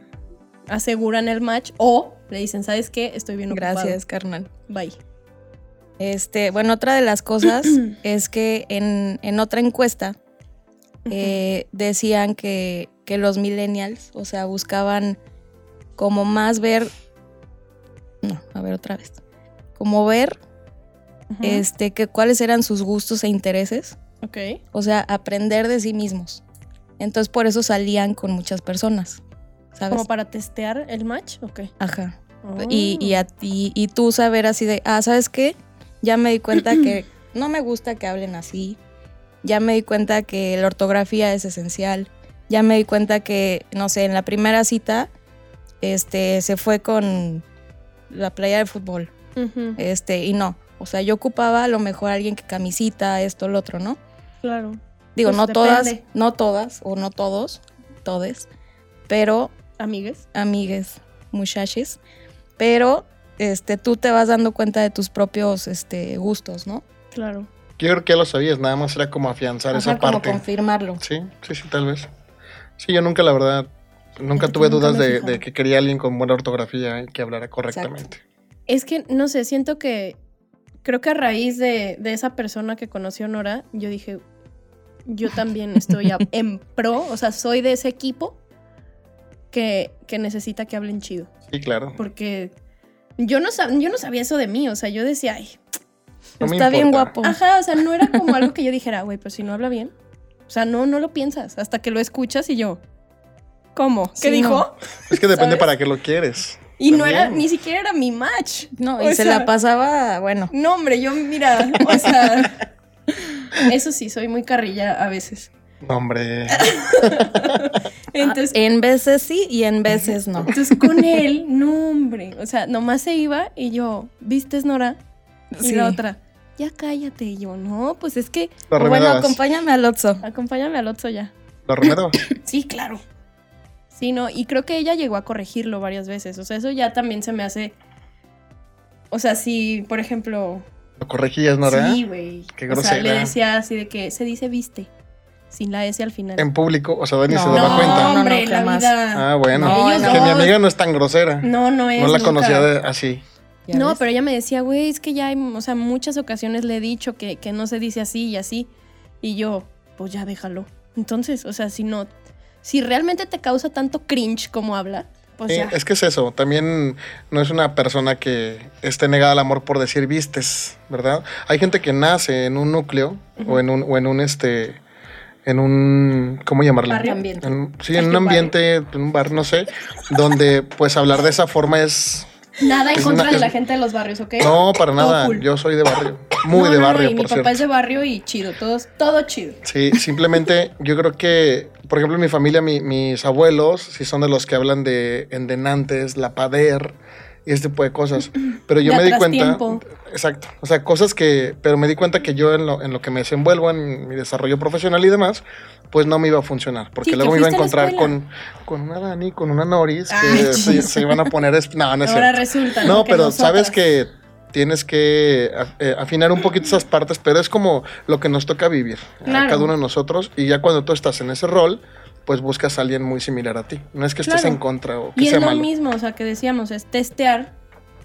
aseguran el match o le dicen, ¿sabes qué? Estoy bien ocupado. Gracias, carnal. Bye. Este, bueno, otra de las *clears throat* cosas es que en, en otra encuesta eh, decían que, que los millennials, o sea, buscaban como más ver. No, a ver otra vez. Como ver Ujú. este, que, cuáles eran sus gustos e intereses. Ok. O sea, aprender de sí mismos. Entonces por eso salían con muchas personas. ¿Sabes? ¿Como para testear el match? Ok. Ajá. Y, Oh. y a ti, y tú saber así de, ah, ¿sabes qué? Ya me di *clears throat* cuenta que no me gusta que hablen así. Ya me di cuenta que la ortografía es esencial. Ya me di cuenta que, no sé, en la primera cita, este, se fue con la playa de fútbol. Ujú, Este, y no. O sea, yo ocupaba a lo mejor a alguien que camisita, esto, lo otro, ¿no? Claro. Digo, Pues no todas, depende. no todas, o no todos, todes, pero Amigues. amigues, muchachis, pero este, tú te vas dando cuenta de tus propios este, gustos, ¿no? Claro. Yo creo que ya lo sabías, nada más era como afianzar Ajá, esa como parte. confirmarlo. Sí, sí, sí, tal vez. Sí, yo nunca, la verdad, nunca Yo tuve nunca dudas me he de, fijado. de que quería alguien con buena ortografía y que hablara correctamente. Es que, no sé, siento que. Creo que a raíz de, de esa persona que conoció Nora, yo dije, *laughs* yo también estoy a- en pro, o sea, soy de ese equipo que, que necesita que hablen chido. Sí, claro. Porque yo no, sab- yo no sabía eso de mí, o sea, yo decía, ay, No me Está bien importa. guapo. ajá, o sea, *laughs* no era como algo que yo dijera, güey, pero si no habla bien. O sea, no, no lo piensas, hasta que lo escuchas y yo, ¿cómo? ¿Qué Sí, dijo? no. Pues Es que depende Pues, ¿Sabes? para qué lo quieres. Y no era, También. ni siquiera era mi match. No, O y se sea, la pasaba, bueno, No, hombre, yo, mira, o sea, Eso sí, soy muy carrilla a veces. *laughs* No, hombre. Entonces, En veces sí y en veces *laughs* no. entonces con él, no hombre. O sea, nomás se iba y yo, ¿vistes Nora? Y Sí. la otra, ya cállate. Y yo, no, pues es que Lo Bueno, remedabas. acompáñame al Otso. acompáñame al otro ya. Lo remedabas. Sí, claro. Sí, no, y creo que ella llegó a corregirlo varias veces. O sea, eso ya también se me hace. O sea, si, por ejemplo. Lo corregías, Nora. Sí, güey. Qué O sea, le grosera. decía así de que se dice viste. Sin la S al final. En público. O sea, Dani se No. daba cuenta. no, hombre, no, la jamás. vida. Ah, bueno. No, es Ellos que mi dos. amiga no es tan grosera. No, No, no es. la nunca. conocía de- así. ¿Ya No, ves? pero ella me decía, güey, es que ya hay, o sea, muchas ocasiones le he dicho que, que no se dice así y así. Y yo, pues ya déjalo. Entonces, o sea, si no, si realmente te causa tanto cringe como habla, pues Sí, ya. Eh, es que es eso. También no es una persona que esté negada al amor por decir vistes, ¿verdad? Hay gente que nace en un núcleo o en un, o en un este. En un. ¿Cómo llamarlo? Barrio. Ambiente. En- sí, Ay, en un qué ambiente, en un bar, no sé, donde pues hablar de esa forma es... Nada en Es contra una- de es- la gente de los barrios, ¿ok? No, para Todo nada. cool. Yo soy de barrio. Muy No, de no, no, barrio, y mi por papá cierto. es de barrio y chido, todos, todo chido. Sí, simplemente *laughs* yo creo que, por ejemplo, en mi familia, mi- mis abuelos, sí son de los que hablan de endenantes, lapader y este tipo *clears throat* de cosas. Pero yo De me di atrás cuenta. tiempo. Exacto. O sea, cosas que. Pero me di cuenta que yo en lo, en lo que me desenvuelvo, en mi desarrollo profesional y demás, pues no me iba a funcionar. Porque Sí, luego que me iba a fuiste a la encontrar con, con una Dani, con una Noris, que Ay, *laughs* se, se iban a poner. es- No, no es Ahora cierto. resulta. No, que pero nosotras. sabes que tienes que a- eh, afinar un poquito esas partes, pero es como lo que nos toca vivir Claro. a cada uno de nosotros. Y ya cuando tú estás en ese rol, pues buscas a alguien muy similar a ti. No es que estés Claro. en contra o que Y es sea lo malo. mismo, o sea, que decíamos, es testear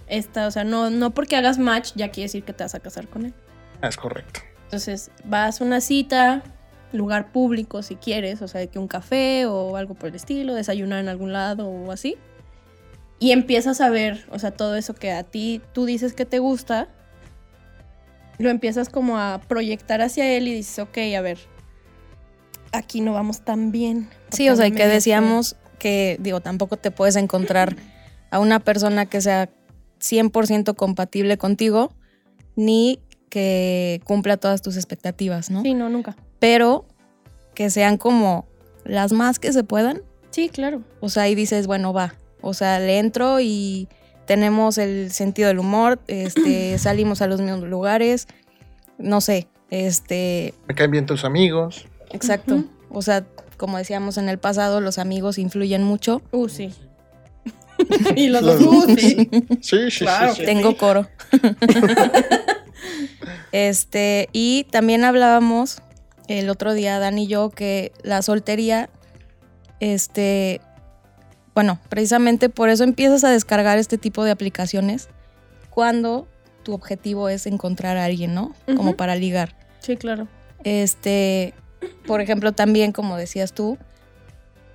esta, o sea, no, no porque hagas match ya quiere decir que te vas a casar con él. Ah, Es correcto. Entonces, vas a una cita, lugar público si quieres, o sea, de que un café o algo por el estilo, desayunar en algún lado o así. Y empiezas a ver, o sea, todo eso que a ti tú dices que te gusta, lo empiezas como a proyectar hacia él y dices, ok, a ver, aquí no vamos tan bien. Sí, o sea, Porque que medio decíamos que, digo, tampoco te puedes encontrar a una persona que sea 100% compatible contigo, ni que cumpla todas tus expectativas, feo. ¿no? Sí, no, nunca. Pero que sean como las más que se puedan. Sí, claro. O sea, ahí dices, bueno, va. O sea, le entro y tenemos el sentido del humor, este, salimos a los mismos lugares, no sé, este, Me caen bien tus amigos. exacto. Ujú. O sea, como decíamos en el pasado, los amigos influyen mucho. Uh, sí. *laughs* y los Los dos, uh, sí. Sí, sí, Claro. sí. sí. Tengo coro. este, y también hablábamos el otro día, Dan y yo, que la soltería, este, bueno, precisamente por eso empiezas a descargar este tipo de aplicaciones cuando tu objetivo es encontrar a alguien, ¿no? Como Ujú. para ligar. Sí, claro. Este, por ejemplo, también, como decías tú,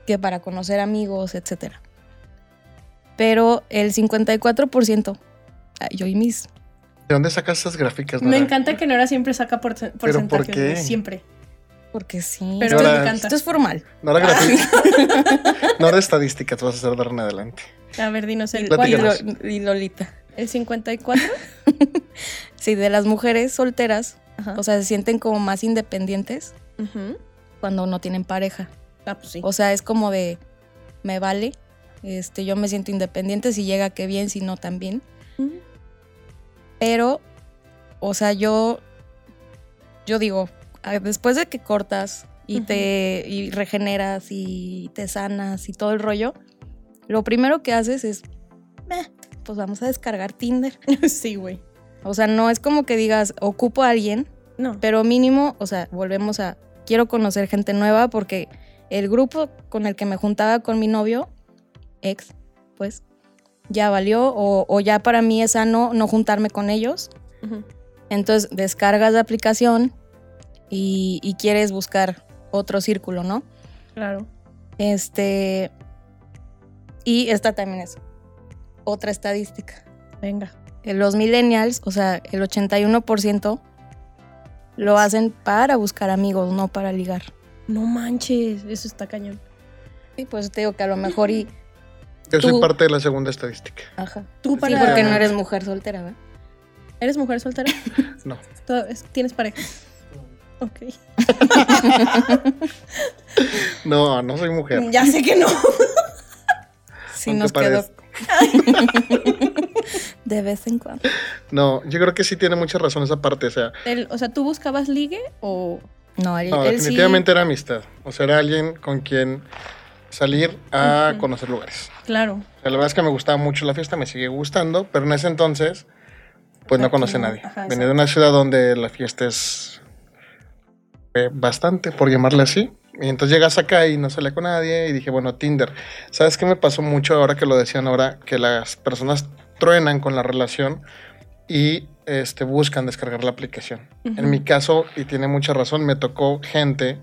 que para conocer amigos, etcétera. Pero el 54%, ah, yo y mis, ¿De dónde sacas esas gráficas? Me Nora? encanta que Nora siempre saca porce- porcentajes. por qué? güey, Siempre. porque sí. Pero esto, Nora- me encanta. esto es formal. Nora Ah. gráfica. *laughs* Nora estadística, te vas a hacer dar en adelante. A ver, dinos el Platícanos. Y, cuál. Díganos. Lo- y Lolita. ¿El 54? Sí, de las mujeres solteras, Ajá. o sea, se sienten como más independientes Ujú. cuando no tienen pareja. Ah, pues sí. O sea, es como de, me vale, este, yo me siento independiente, si llega, qué bien, si no, también. Ujú. Pero, o sea, yo, yo digo, a- después de que cortas y Ujú. te y regeneras y te sanas y todo el rollo, lo primero que haces es, "Meh, pues vamos a descargar Tinder. *laughs* sí, güey. O sea, no es como que digas, ocupo a alguien, No. pero mínimo, o sea, volvemos a, quiero conocer gente nueva porque el grupo con el que me juntaba con mi novio, ex, pues, ya valió o, o ya para mí es sano no juntarme con ellos. Ujú. Entonces descargas la aplicación y, y quieres buscar otro círculo, ¿no? Claro. Este. Y esta también es otra estadística. Venga. Eh, Los millennials, o sea, el 81% lo hacen para buscar amigos, no para ligar. No manches, eso está cañón. Y pues te digo que a lo mejor y. Yo soy Tú- parte de la segunda estadística. Ajá. Tú Sí, para. porque no eres mujer soltera, ¿verdad? ¿Eres mujer soltera? *laughs* No. Todo- es- ¿Tienes pareja? Ok. No, no soy mujer. Ya sé que no. Sí, Aunque nos quedó. parezca. *laughs* de vez en cuando. No, yo creo que sí tiene mucha razón esa parte. O sea, El- o sea, ¿tú buscabas ligue o...? No, él, no, Eh, él sí. definitivamente era amistad. O sea, era alguien con quien salir a Ujú. conocer lugares. Claro. O sea, la verdad es que me gustaba mucho la fiesta, me sigue gustando, pero en ese entonces, pues no Aquí conocí a no, nadie. ajá, Venía de una ciudad donde la fiesta es eh, bastante, por llamarle así. Y entonces llegas acá y no salía con nadie y dije, bueno, Tinder. ¿Sabes qué me pasó mucho ahora que lo decían ahora? Que las personas truenan con la relación y este, buscan descargar la aplicación. Ujú. En mi caso, y tiene mucha razón, me tocó gente.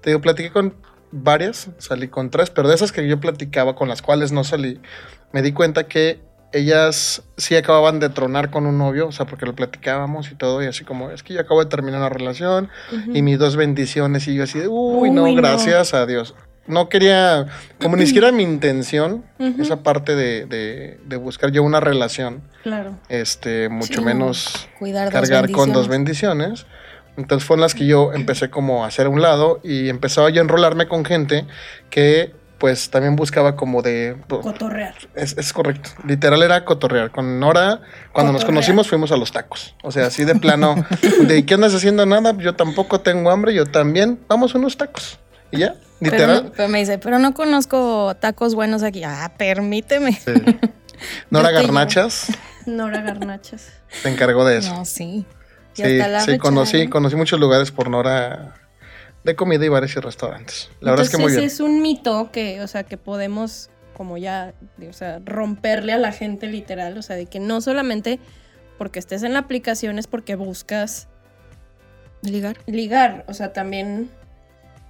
Te digo, platiqué con varias, salí con tres, pero de esas que yo platicaba, con las cuales no salí, me di cuenta que ellas sí acababan de tronar con un novio, o sea, porque lo platicábamos y todo, y así como, es que yo acabo de terminar una relación, Ujú. y mis dos bendiciones y yo así de, uy, no, Uy, no. gracias a Dios. No quería, como ni siquiera mi intención, Ujú. esa parte de, de- de buscar yo una relación, Claro. este, mucho Sí, menos Cuidar dos cargar con dos bendiciones. bendiciones. Entonces fueron las que yo empecé como a hacer a un lado y empezaba yo a enrolarme con gente que pues también buscaba como de... pues, Cotorrear. Es, es correcto. Literal era cotorrear. Con Nora, cuando nos Cotorrear. conocimos, fuimos a los tacos. O sea, así de plano, *laughs* de ¿qué andas haciendo? Nada, yo tampoco tengo hambre, yo también. Vamos a unos tacos. Y ya, Pero, literal. no- pero me dice, pero no conozco tacos buenos aquí. Ah, permíteme. Sí. Nora *laughs* Yo estoy- Garnachas Nora Garnachas. se encargó de eso. No, sí. Y sí, hasta la sí, fecha, conocí, ¿eh? conocí muchos lugares por Nora de comida y bares y restaurantes. La verdad es que muy Entonces, bien. es un mito que, o sea, que podemos como ya, o sea, romperle a la gente literal, o sea, de que no solamente porque estés en la aplicación es porque buscas Ligar. ligar, o sea, también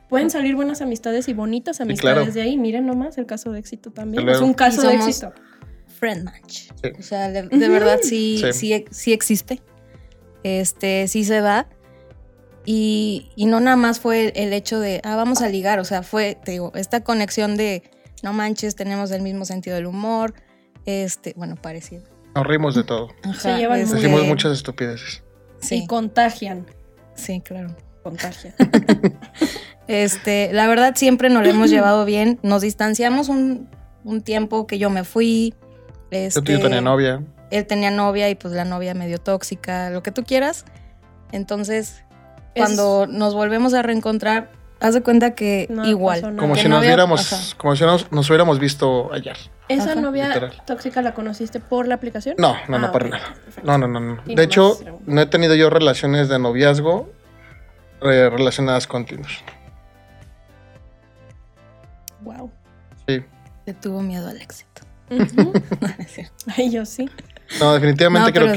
pueden salir buenas amistades y bonitas amistades claro. de ahí. Miren nomás el caso de éxito también, Claro. es un caso Y de somos- éxito. friend match. Sí. O sea, de, de verdad sí, Sí. sí. e- sí existe. Este, sí se da. Y, y no nada más fue el, el hecho de, ah, vamos a ligar. O sea, fue, te digo, esta conexión de, no manches, tenemos el mismo sentido del humor. Este, bueno, parecido. Nos rimos de todo. Ajá, llevan muy bien. Decimos muchas estupideces. Sí, Y contagian, sí, claro. contagian. Este, la verdad siempre nos lo hemos llevado bien. Nos distanciamos un, un tiempo que yo me fui. Yo, Este, yo tenía novia. él tenía novia y pues la novia medio tóxica, lo que tú quieras. Entonces, Es- *laughs* cuando nos volvemos a reencontrar, haz de cuenta que No pasó igual. nada. Como Que si, no nos había- viéramos, ajá. como si nos, nos hubiéramos visto ayer. ¿Esa Ajá. novia Literal. tóxica la conociste por la aplicación? No, no, no, Ah, para ok, nada. perfecto. No, no, no. no. Y De nomás hecho, era un- no he tenido yo relaciones de noviazgo eh, relacionadas con Tinder. Wow. Sí. Le tuvo miedo al éxito. *laughs* *laughs* Ay, yo sí. No, definitivamente No, creo pero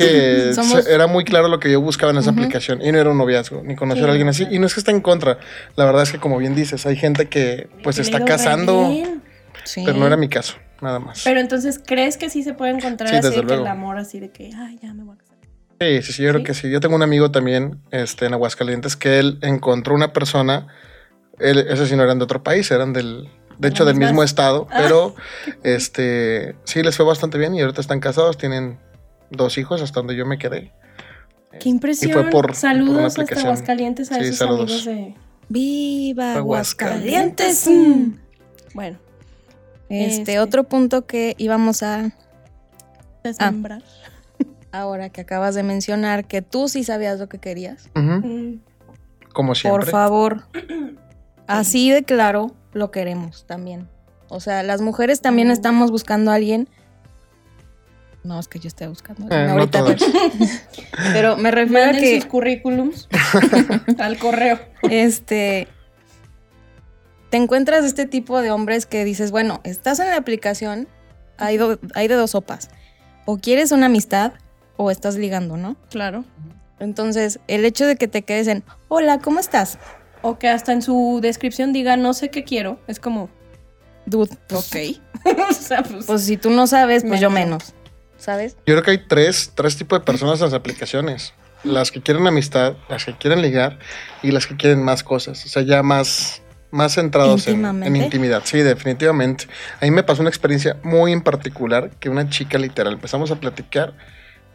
sí, que somos- se- era muy claro lo que yo buscaba en esa Ujú. aplicación y no era un noviazgo, ni conocer Sí, a alguien así. claro. Y no es que esté en contra. La verdad es que, como bien dices, hay gente que pues Le ha está ido re casando, bien. Sí. pero no era mi caso, nada más. Pero entonces, ¿crees que sí se puede encontrar Sí, así desde de que luego. el amor así de que, ay, ya me voy a casar? Sí, sí, sí, yo creo ¿Sí? que sí. Yo tengo un amigo también este, en Aguascalientes que él encontró una persona, él, esos sí no eran de otro país, eran del, de hecho, del misma- mismo estado, Ah. *laughs* pero este, sí les fue bastante bien y ahorita están casados, tienen dos hijos hasta donde yo me quedé. Qué impresión. por- por una saludos hasta aplicación. Aguascalientes a Sí, esos saludos. amigos de Viva Aguascalientes. Aguascalientes. Mm. bueno, Este, Este. otro punto que íbamos a Ah. desmembrar. ahora que acabas de mencionar que tú sí sabías lo que querías. Ujú, Mm, Como siempre. Por favor. Así de claro lo queremos también. O sea, las mujeres también Mm. estamos buscando a alguien. No, es que yo esté buscando. a Eh, alguien *laughs* no ahorita, todas. pero me refiero a Manden que sus *laughs* currículums al correo. este te encuentras este tipo de hombres que dices, bueno, estás en la aplicación, hay, do- hay de dos sopas. O quieres una amistad o estás ligando, ¿no? Claro. Entonces, el hecho de que te quedes en, hola, ¿cómo estás? O que hasta en su descripción diga, no sé qué quiero. Es como, *laughs* Dude, pues, ok. o sea, pues. pues si tú no sabes, pues yo Menos. menos. ¿Sabes? Yo creo que hay tres, tres tipos de personas en las aplicaciones. Las que quieren amistad, las que quieren ligar y las que quieren más cosas. O sea, ya más, más centrados en, en Íntimamente. intimidad. Sí, definitivamente. A mí me pasó una experiencia muy en particular que una chica literal empezamos a platicar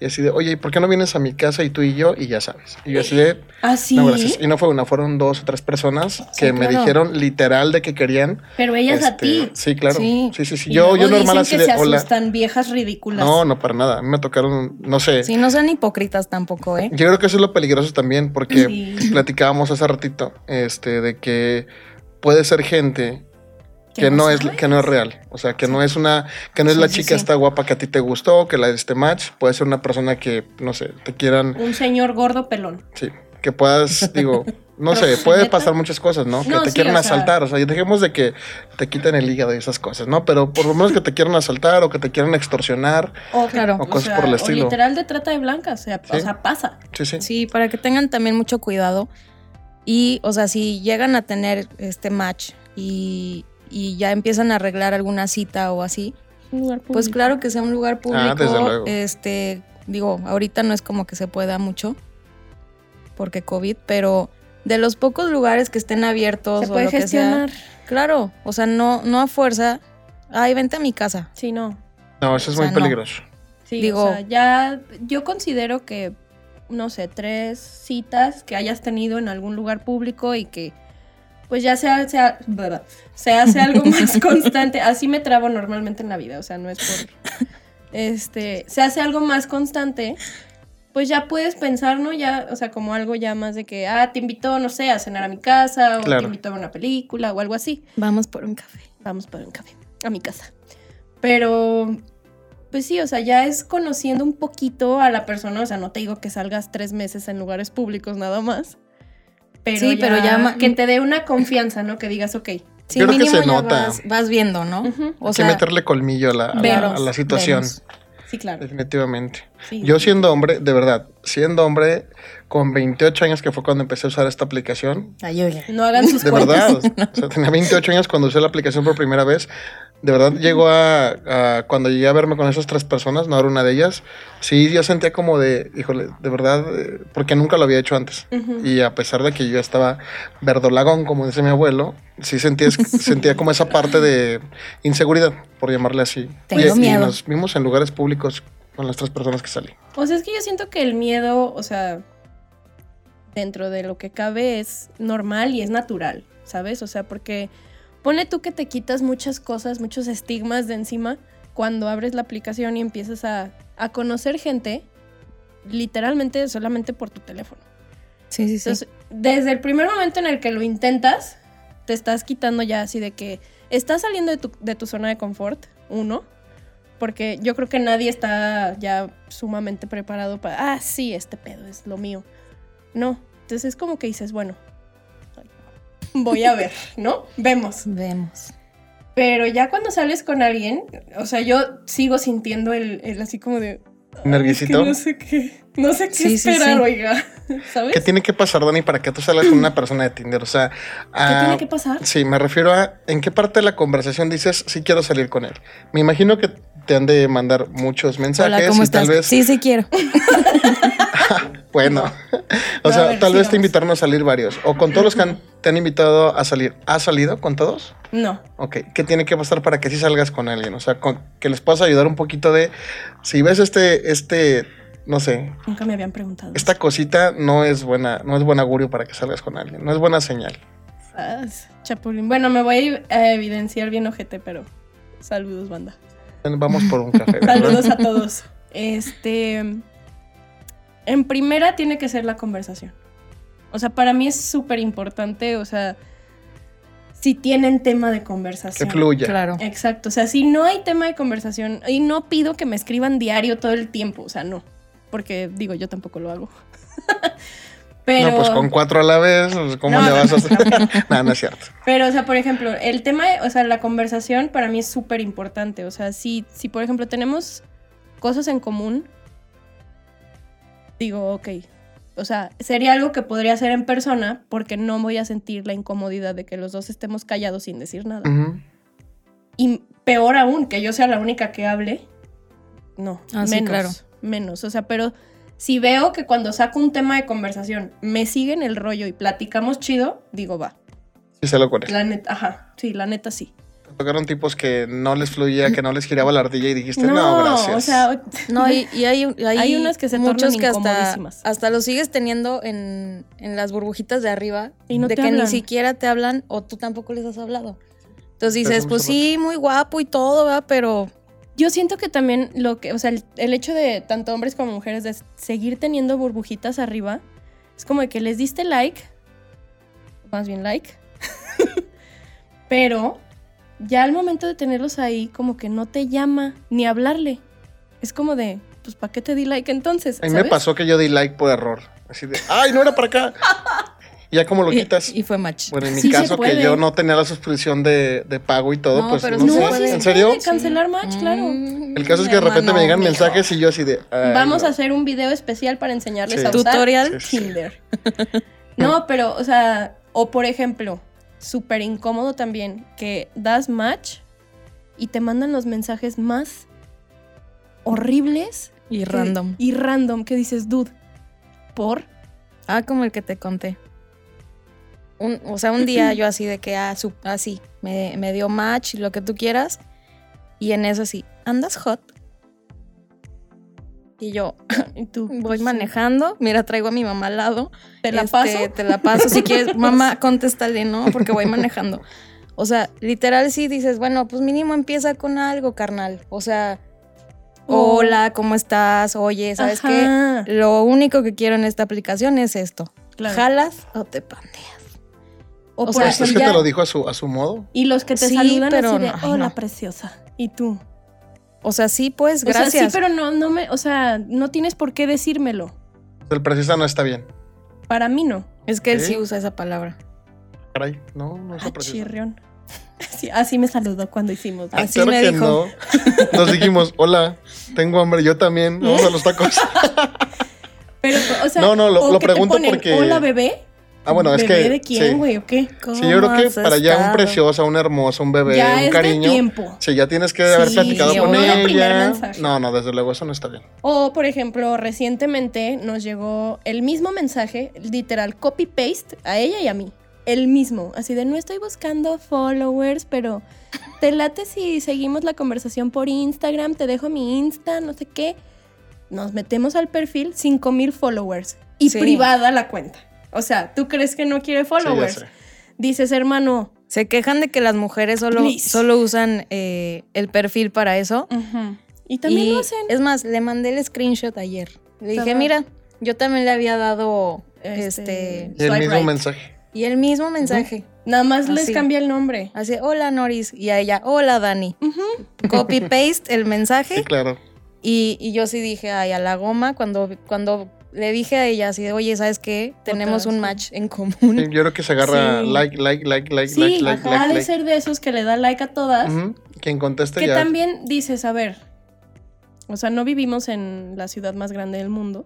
Y así de, oye, ¿y por qué no vienes a mi casa y tú y yo? Y ya sabes. Y yo así de, Así. no, gracias. Y no fue una, fueron dos o tres personas que me claro. dijeron literal de que querían. Pero ellas a este, ti. Sí, claro. Sí. Sí, sí, sí. Yo, yo normal así dicen que de, se hola. asustan viejas ridículas. No, no, para nada. A mí me tocaron, no sé. Sí, no sean hipócritas tampoco, ¿eh? Yo creo que eso es lo peligroso también, porque Sí. platicábamos hace ratito este, de que puede ser gente Que que no no, es, que no es real. O sea, que no es una, que no es Sí, la sí, chica sí. esta guapa que a ti te gustó, que la de este match. Puede ser una persona que, no sé, te quieran, Un señor gordo pelón. sí, que puedas, digo, no sé, Pero, puede ¿neta? pasar muchas cosas, ¿no? Que No, te sí, quieran o sea- asaltar. O sea, dejemos de que te quiten el hígado y esas cosas, ¿no? Pero por lo menos que te quieran asaltar o que te quieran extorsionar. O, Claro. O cosas por el estilo. literal de trata de blancas. O sea, Sí. o sea, pasa. Sí, sí. Sí, para que tengan también mucho cuidado. Y, o sea, si llegan a tener este match y, y ya empiezan a arreglar alguna cita o así, pues claro que sea un lugar público. Ah, desde luego. Este, digo, ahorita no es como que se pueda mucho porque COVID, pero de los pocos lugares que estén abiertos Se o puede lo que sea, gestionar. Claro, o sea, no, no a fuerza. Ay, vente a mi casa. Sí, no. No, eso es O sea, muy no. peligroso. Sí, Digo- o sea, ya yo considero que, no sé, tres citas que hayas tenido en algún lugar público y que pues ya sea, sea, bla, se hace *laughs* algo más constante. Así me trabo normalmente en la vida, o sea, no es por... Este, se hace algo más constante, pues ya puedes pensar, ¿no? Ya, o sea, como algo ya más de que, ah, te invito, no sé, a cenar a mi casa, o Claro. te invito a ver una película, o algo así Vamos por un café. vamos para un café, a mi casa. Pero, pues sí, o sea, ya es conociendo un poquito a la persona, o sea, no te digo que salgas tres meses en lugares públicos nada más. Pero Sí, ya, pero ya ma- que te dé una confianza, ¿no? Que digas, ok. Sí, Yo creo que mínimo se ya nota. Vas, vas viendo, ¿no? ujú, O Hay que meterle colmillo a la, a la- Veros, a la situación. veros. Sí, claro. Definitivamente. sí. Eh, Yo siendo hombre, de verdad, siendo hombre, con 28 años que fue cuando empecé a usar esta aplicación, Ay, oye. No hagan sus *laughs* de cuentas. verdad, o sea, tenía 28 años cuando usé la aplicación por primera vez, de verdad llegó a, a- cuando llegué a verme con esas tres personas, no era una de ellas, sí, yo sentía como de, híjole, de verdad, eh, porque nunca lo había hecho antes. Ujú. Y a pesar de que yo estaba verdolagón, como dice mi abuelo, *laughs* sí sentía, sentía como esa parte de inseguridad, por llamarle así. Tengo y, y miedo. nos vimos en lugares públicos con las tres personas que salí. O sea, es que yo siento que el miedo, o sea, dentro de lo que cabe es normal y es natural, ¿sabes? O sea, porque pone tú que te quitas muchas cosas, muchos estigmas de encima cuando abres la aplicación y empiezas a, a conocer gente literalmente solamente por tu teléfono. Sí, sí, sí. Entonces, desde el primer momento en el que lo intentas, te estás quitando ya así de que estás saliendo de tu, de tu zona de confort, uno, porque yo creo que nadie está ya sumamente preparado para, ah, sí, este pedo es lo mío. No, entonces es como que dices, bueno, voy a ver, ¿no? Vemos. Vemos. Pero ya cuando sales con alguien, o sea, yo sigo sintiendo el, el así como de... "Ay, es que Nerviosito. No sé qué, no sé qué Sí, sí, esperar, sí. oiga. *laughs* ¿Sabes? ¿Qué tiene que pasar, Dani, para que tú salgas con una persona de Tinder? O sea, ¿Qué ah, tiene que pasar? sí, me refiero a en qué parte de la conversación dices sí quiero salir con él. Me imagino que te han de mandar muchos mensajes Hola, ¿cómo y estás? tal vez, Sí, sí *laughs* quiero. bueno, *laughs* o No, sea, a ver, tal vez sigamos. te invitaron a salir varios o con todos los que han- te han invitado a salir. ¿Has salido con todos? No. Ok, ¿qué tiene que pasar para que sí salgas con alguien? O sea, con- que les puedas ayudar un poquito de, si ves este, este, no sé, Nunca me habían preguntado. esta cosita no es buena, no es buen augurio para que salgas con alguien, no es buena señal. Sas, Chapulín. Bueno, me voy a evidenciar bien ojete, pero saludos, *laughs* banda. Vamos por un café. *laughs* ¿verdad? Saludos a todos. Este. En primera tiene que ser la conversación. O sea, para mí es súper importante, o sea, si tienen tema de Que conversación. fluya. Claro. Exacto, o sea, si no hay tema de conversación, y no pido que me escriban diario todo el tiempo, o sea, no, porque digo, yo tampoco lo hago. *laughs* Pero No, pues con cuatro a la vez, pues, ¿cómo No, le no, vas a no, hacer? *laughs* no, no es cierto. Pero, o sea, por ejemplo, el tema, o sea, la conversación para mí es súper importante. O sea, si, si, por ejemplo, tenemos cosas en común, digo, ok. O sea, sería algo que podría hacer en persona porque no voy a sentir la incomodidad de que los dos estemos callados sin decir nada. Mm. Ujú. Y peor aún, que yo sea la única que hable. No, Ah, sí, menos, claro. menos. O sea, pero si veo que cuando saco un tema de conversación me siguen el rollo y platicamos chido, digo, va. Sí, se lo con él. La neta, ajá, sí, la neta sí. Tocaron tipos que no les fluía, que no les giraba la ardilla y dijiste, Este, no, gracias. o sea, *laughs* No, y, y hay, hay, Hay unas que se muchos tornan que hasta, incomodísimas. hasta los sigues teniendo en, en las burbujitas de arriba, Y no de te que hablan. ni siquiera te hablan o tú tampoco les has hablado. Entonces Entonces, dices, pues sí, muy guapo y todo, ¿verdad? Pero Yo siento que también lo que, o sea, el, el hecho de tanto hombres como mujeres de seguir teniendo burbujitas arriba, es como de que les diste like, más bien like, *laughs* pero ya al momento de tenerlos ahí, como que no te llama ni hablarle. Es como de, pues, ¿para qué te di like entonces? a mí me ¿Sabes? pasó que yo di like por error. Así de, ay, no era para *laughs* acá. Y ya como lo y, quitas. y fue match. bueno, en mi sí se caso, que puede. yo no tenía la suscripción de, de pago y todo, No, pues pero no sí se sé. puede. ¿En serio? Sí, Cancelar match, claro. Mm, El caso es que de repente hermano, me llegan mijo. mensajes y yo así de. ay, Vamos a no. hacer un video especial para enseñarles Sí. a usar Tutorial. Sí, sí. Tinder. *laughs* No, pero, o sea, o por ejemplo, súper incómodo también que das match y te mandan los mensajes más horribles Y que- random. y random que dices, dude, por Ah, como el que te conté. Un- o sea, un *clears throat* día yo así de que, ah, su- así, me, me dio match, lo que tú quieras. Y en eso así, andas hot. Y yo y tú voy pues, manejando, mira, traigo a mi mamá al lado. te la Este, paso. Te la paso. Si *laughs* quieres, mamá, contéstale, ¿no? Porque voy manejando. O sea, literal sí dices, bueno, pues mínimo empieza con algo, carnal. O sea, Oh. hola, ¿cómo estás? Oye, ¿sabes qué? Ajá, Lo único que quiero en esta aplicación es esto. claro. ¿Jalas o te pandeas? O, o por sea, Pues es ejemplo, que ya- te lo dijo a su, a su modo. y los que te Sí, saludan pero así de, no, ay, hola, no. preciosa. Y tú, O sea, sí, pues, O sea, gracias. sí, pero no, no me, o sea, no tienes por qué decírmelo. El precisa no está bien. Para mí no. Es que él Ok. sí usa esa palabra. Caray, no, no es Ah, el precisa. chirrión. *laughs* Sí, así me saludó cuando hicimos. Ah, Así me que dijo. no. Nos dijimos, hola, tengo hambre, yo *laughs* también. Vamos a los tacos. Pero, o sea, No, no, lo- o lo que te pregunto ponen, porque- Hola, bebé. Ah, bueno, es ¿Bebé que. de quién, sí. güey? ¿O qué? Sí, yo creo ¿Cómo que has para allá un estado? preciosa, un hermoso, un bebé, ya un es de cariño. tiempo. Sí, ya tienes que Sí, haber platicado sí, con obvio. El primer ella. mensaje. No, no, desde luego eso no está bien. O, por ejemplo, recientemente nos llegó el mismo mensaje, literal, copy-paste, a ella y a mí. El mismo. Así de, no estoy buscando followers, pero te late si seguimos la conversación por Instagram, te dejo mi Insta, no sé qué. Nos metemos al perfil, 5000 followers. Y Sí. privada la cuenta. O sea, ¿tú crees que no quiere Sí, ya followers? sé. Dices, hermano. Se quejan de que las mujeres solo, Please. solo usan eh, el perfil para eso. Y también Y lo hacen. Es más, le mandé el screenshot ayer. Le dije, Ajá. mira, yo también le había dado Este- este. Y el Swipe mismo right. mensaje. Y el mismo mensaje. Nada más les Así. cambia el nombre. Así, hola Noris. Y a ella, hola Dani. Copy paste el Sí, mensaje. claro. Y, y yo sí dije, ay, a la goma, cuando, cuando le dije a ella así, de, oye, ¿sabes qué? Tenemos Otra, un sí. match en Sí, común. yo creo que se agarra Sí. like, like, like, like, Sí, like, like, ajá, ha like, de like. ser de esos que le da like a todas. Ujú. Quien conteste Que ya. también dices, a ver, o sea, no vivimos en la ciudad más grande del mundo.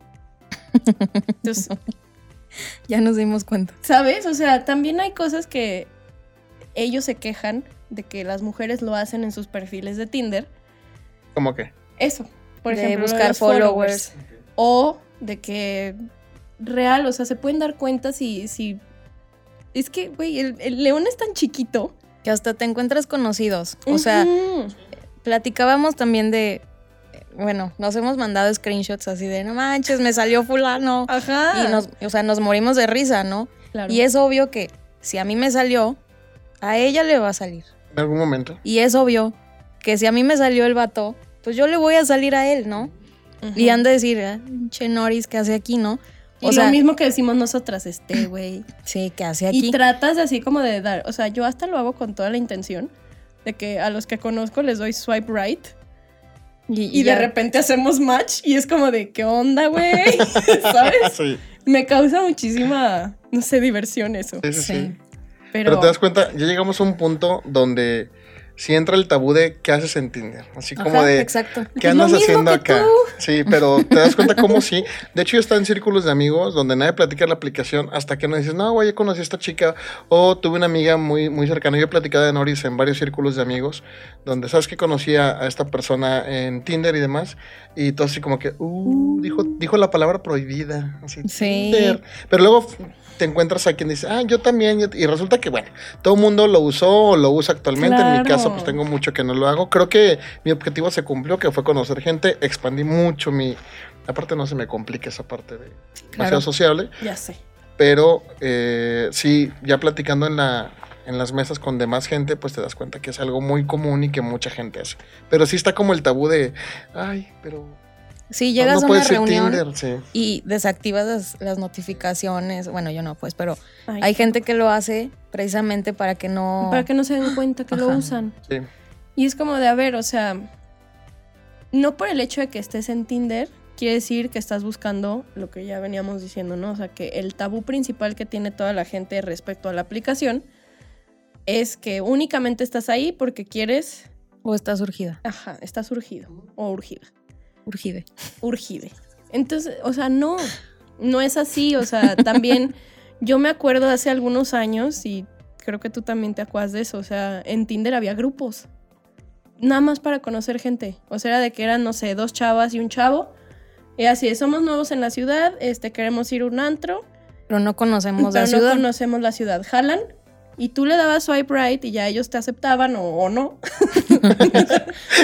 Entonces, *laughs* Ya nos dimos cuenta. ¿sabes? O sea, también hay cosas que ellos se quejan de que las mujeres lo hacen en sus perfiles de Tinder. Como que. Eso, por De ejemplo, lo de buscar los followers. O de que real, o sea, se pueden dar cuenta si... si es que, güey, el, el león es tan chiquito. Que hasta te encuentras conocidos. O sea, Ujú. platicábamos también de. Bueno, nos hemos mandado screenshots así de no manches, me salió fulano. Ajá. Y nos, o sea, nos morimos de risa, ¿no? Ah. Claro. Y es obvio que si a mí me salió, a ella le va a salir. En algún momento. Y es obvio que si a mí me salió el vato, pues yo le voy a salir a él, ¿no? Ujú. Y han de decir, "Ah, che Noris, ¿qué hace aquí, no? Y O sea, lo mismo que decimos nosotras, este, güey. sí, ¿qué hace Y aquí? tratas así como de dar, o sea, yo hasta lo hago con toda la intención de que a los que conozco les doy swipe right y, de ya. repente hacemos match y es como de, ¿qué onda, güey? ¿Sabes? Ah, Sí, Me causa muchísima, no sé, diversión eso. sí, sí. sí. Sí. Pero, Pero te das cuenta, ya llegamos a un punto donde si entra el tabú de qué haces en Tinder. Así como Ajá, de exacto. qué Lo andas mismo haciendo que acá. tú. Sí, pero te das cuenta cómo sí. De hecho, yo estaba en círculos de amigos donde nadie platica la aplicación hasta que nos dices, no, güey, yo conocí a esta chica o tuve una amiga muy, muy cercana. Yo he platicado de Noris en varios círculos de amigos donde sabes que conocía a esta persona en Tinder y demás. Y todo así como que, uh, dijo, dijo la palabra prohibida. Así, Sí. Tinder. Pero luego te encuentras a quien dice, ah, yo también. yo- Y resulta que, bueno, todo el mundo lo usó o lo usa actualmente. En mi Claro. caso, pues tengo mucho que no lo hago. Creo que mi objetivo se cumplió, que fue conocer gente. Expandí mucho mi... Aparte no se me complica esa parte de demasiado sociable. Ya sé. Pero eh, sí, ya platicando en, la, en las mesas con demás gente, pues te das cuenta que es algo muy común y que mucha gente hace. Pero sí está como el tabú de, ay, pero... Sí, llegas ah, no a una puedes ser reunión Tinder, sí. y desactivas las, las notificaciones. Bueno, yo no, pues, pero Ay, hay gente que lo hace precisamente para que no. Para que no se den cuenta que lo Ajá. usan. *laughs* Sí. Y es como de, a ver, o sea, no por el hecho de que estés en Tinder, quiere decir que estás buscando lo que ya veníamos diciendo, ¿no? O sea, que el tabú principal que tiene toda la gente respecto a la aplicación es que únicamente estás ahí porque quieres, O está surgida. ajá, estás urgido o urgida, Urgide. urgide. Entonces, o sea, no, no es así, o sea, *laughs* también yo me acuerdo hace algunos años y creo que tú también te acuerdas de eso, o sea, en Tinder había grupos nada más para conocer gente. O sea, era de que eran, no sé, dos chavas y un chavo. Y así, de, somos nuevos en la ciudad, este, queremos ir a un antro, Pero no conocemos pero la no ciudad. conocemos la ciudad. Jalan y tú le dabas swipe right y ya ellos te aceptaban o, o no.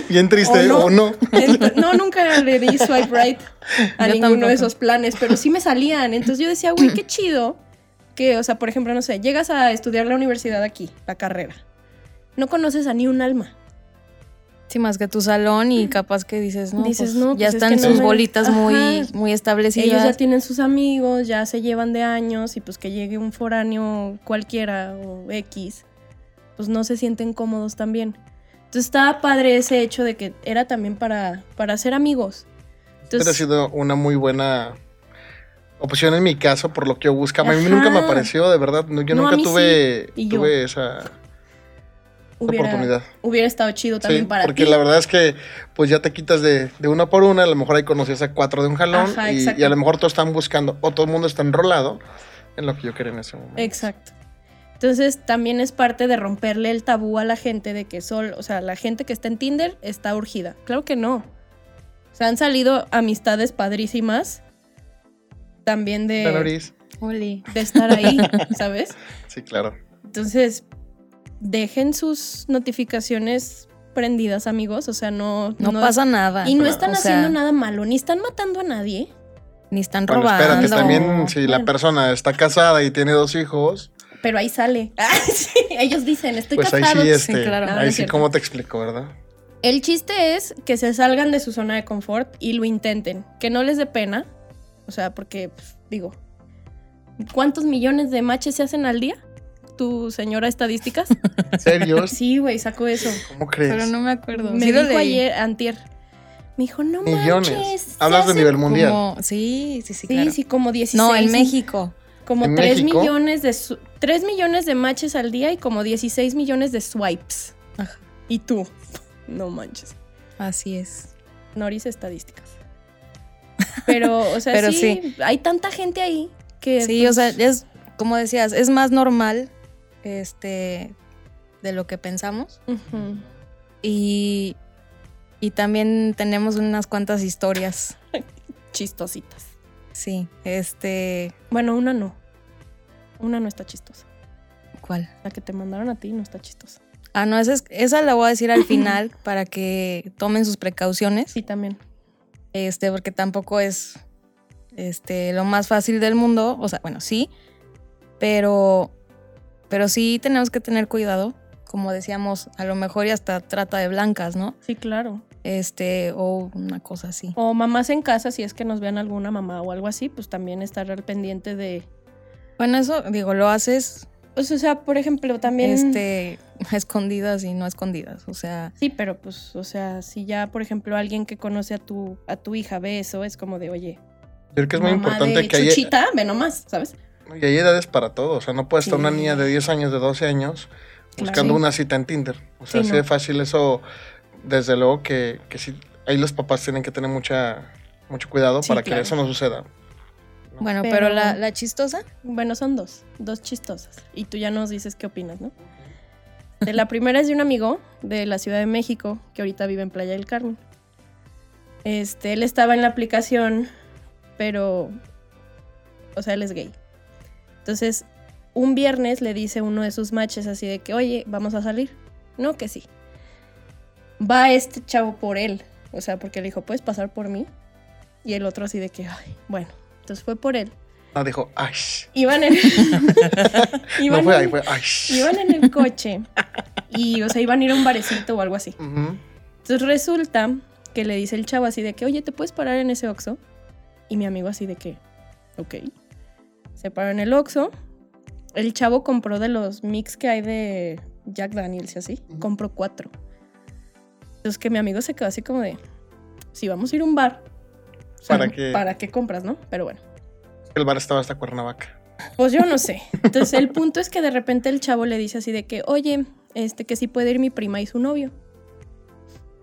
Bien triste, no. ¿o no? Ento- no, nunca le di swipe right a Yo ninguno tampoco. de esos planes, pero sí me salían. Entonces yo decía, güey, qué chido que, o sea, por ejemplo, no sé, llegas a estudiar la universidad aquí, la carrera. No conoces a ni un alma. Sí, más que tu salón y capaz que dices, no, Dices, pues, no, ya pues, es están que no sus me- bolitas muy, Ajá. muy ellos ya establecidas. tienen sus amigos, ya se llevan de años y pues que llegue un foráneo cualquiera o X, pues no se sienten cómodos también. Entonces estaba padre ese hecho de que era también para, para ser amigos. Pero ha Entonces, sido una muy buena opción en mi caso por lo que yo buscaba. A mí Ajá. nunca me apareció, de verdad. no- Yo No, a nunca mí tuve, sí. Y yo. tuve esa hubiera, oportunidad. hubiera estado chido también Sí, para porque ti. la verdad es que pues ya te quitas de, de una por una, a lo mejor ahí conocías a cuatro de un jalón Ajá, y, exacto. y a lo mejor todos están buscando o todo el mundo está enrolado en lo que yo quería en ese momento. Exacto. Entonces también es parte de romperle el tabú a la gente de que sol, o sea, la gente que está en Tinder está urgida. Claro que no. O sea, han salido amistades padrísimas también de... Bueno, Oris, Oli. de estar *laughs* ahí, ¿sabes? Sí, claro. Entonces, dejen sus notificaciones prendidas, amigos. O sea, no, No, pasa nada. Y no nada, están o sea, haciendo nada malo, ni están matando a nadie. Ni están Bueno, robando. espérate, pues, también si la Bueno. persona está casada y tiene dos hijos, Pero ahí sale. *laughs* Ah, sí, ellos dicen, estoy pues ahí casado. sí, este, Sí, claro. No, no ahí es sí cierto. como te explico, ¿verdad? El chiste es que se salgan de su zona de confort y lo intenten. Que no les dé pena. O sea, porque, pues, digo, ¿cuántos millones de matches se hacen al día? ¿Tu señora *laughs* estadísticas? ¿Serios? *laughs* Sí, güey, sacó eso. ¿Cómo crees? Pero no me acuerdo. Me Sí lo dijo leí. ayer, antier. Me dijo, no Millones. manches. se Hablas de hacen- nivel mundial. Como- sí, sí, sí, Sí, claro. sí, como 16. no, en México. Como ¿En 3 México? millones de su- 3 millones de matches al día y como 16 millones de swipes. Ajá. Y tú. *laughs* No manches. Así es. Noris estadísticas. Pero, o *laughs* sea, Pero sí, hay tanta gente ahí que Sí, pues, o sea, es como decías, es más normal este de lo que pensamos ujú. y y también tenemos unas cuantas historias. chistositas. Sí, este, Bueno, una no. Una no está chistosa. ¿cuál? La que te mandaron a ti no está chistosa. Ah, no, esa, es- esa la voy a *clears throat* decir al final para que tomen sus precauciones, Sí, también. este, porque tampoco es este lo más fácil del mundo, o sea, bueno, sí, pero pero sí tenemos que tener cuidado, como decíamos, a lo mejor y hasta trata de blancas, ¿no? Sí, claro. este o una cosa así. O mamás en casa, si es que nos vean alguna mamá o algo así, pues también estar al pendiente de. Bueno, eso digo, lo haces O sea, o sea, por ejemplo, también. este *laughs* a escondidas y no a escondidas, o sea, Sí, pero pues, o sea, si ya, por ejemplo, alguien que conoce a tu, a tu hija ve eso, es como de, oye, Yo creo que es muy mamá importante de que haya, Chuchita, ve nomás, ¿sabes? Y hay edades para todo. O sea, no puede estar Sí. una niña de 10 años, de 12 años, buscando Claro. una cita en Tinder. O sea, Sí, así no. de fácil eso, desde luego que, que sí. Ahí los papás tienen que tener mucha mucho cuidado Sí, para claro. que eso no suceda. Bueno, pero, Pero- la, *laughs* la chistosa, Bueno, son dos, dos chistosas. Y tú ya nos dices qué opinas, ¿no? De la primera es de un amigo de la Ciudad de México que ahorita vive en Playa del Carmen. Este, él estaba en la aplicación, pero, o sea, él es gay. Entonces, un viernes le dice uno de sus matches así de que, oye, vamos a salir. No, que sí. Va este chavo por él, o sea, porque le dijo, ¿puedes pasar por mí? Y el otro así de que, ay, bueno. Entonces fue por él. Ah, dijo, ay. sh-". Iban *laughs* en, No iban, fue en- ahí, fue ay. sh-". iban en el coche y, o sea, iban a ir a un barecito o algo así. *laughs* Ujú. Entonces resulta que le dice el chavo así de que, oye, ¿te puedes parar en ese Oxxo? Y mi amigo así de que, ok. Se paró en el Oxxo. El chavo compró de los mix que hay de Jack Daniels y así. Ujú. Compró cuatro. Entonces que mi amigo se quedó así como de, si vamos a ir a un bar, o sea, ¿Para qué? ¿para qué compras, no? Pero bueno. El bar estaba hasta Cuernavaca. Pues yo no sé. Entonces el punto es que de repente el chavo le dice así de que, oye, este, que sí puede ir mi prima y su novio.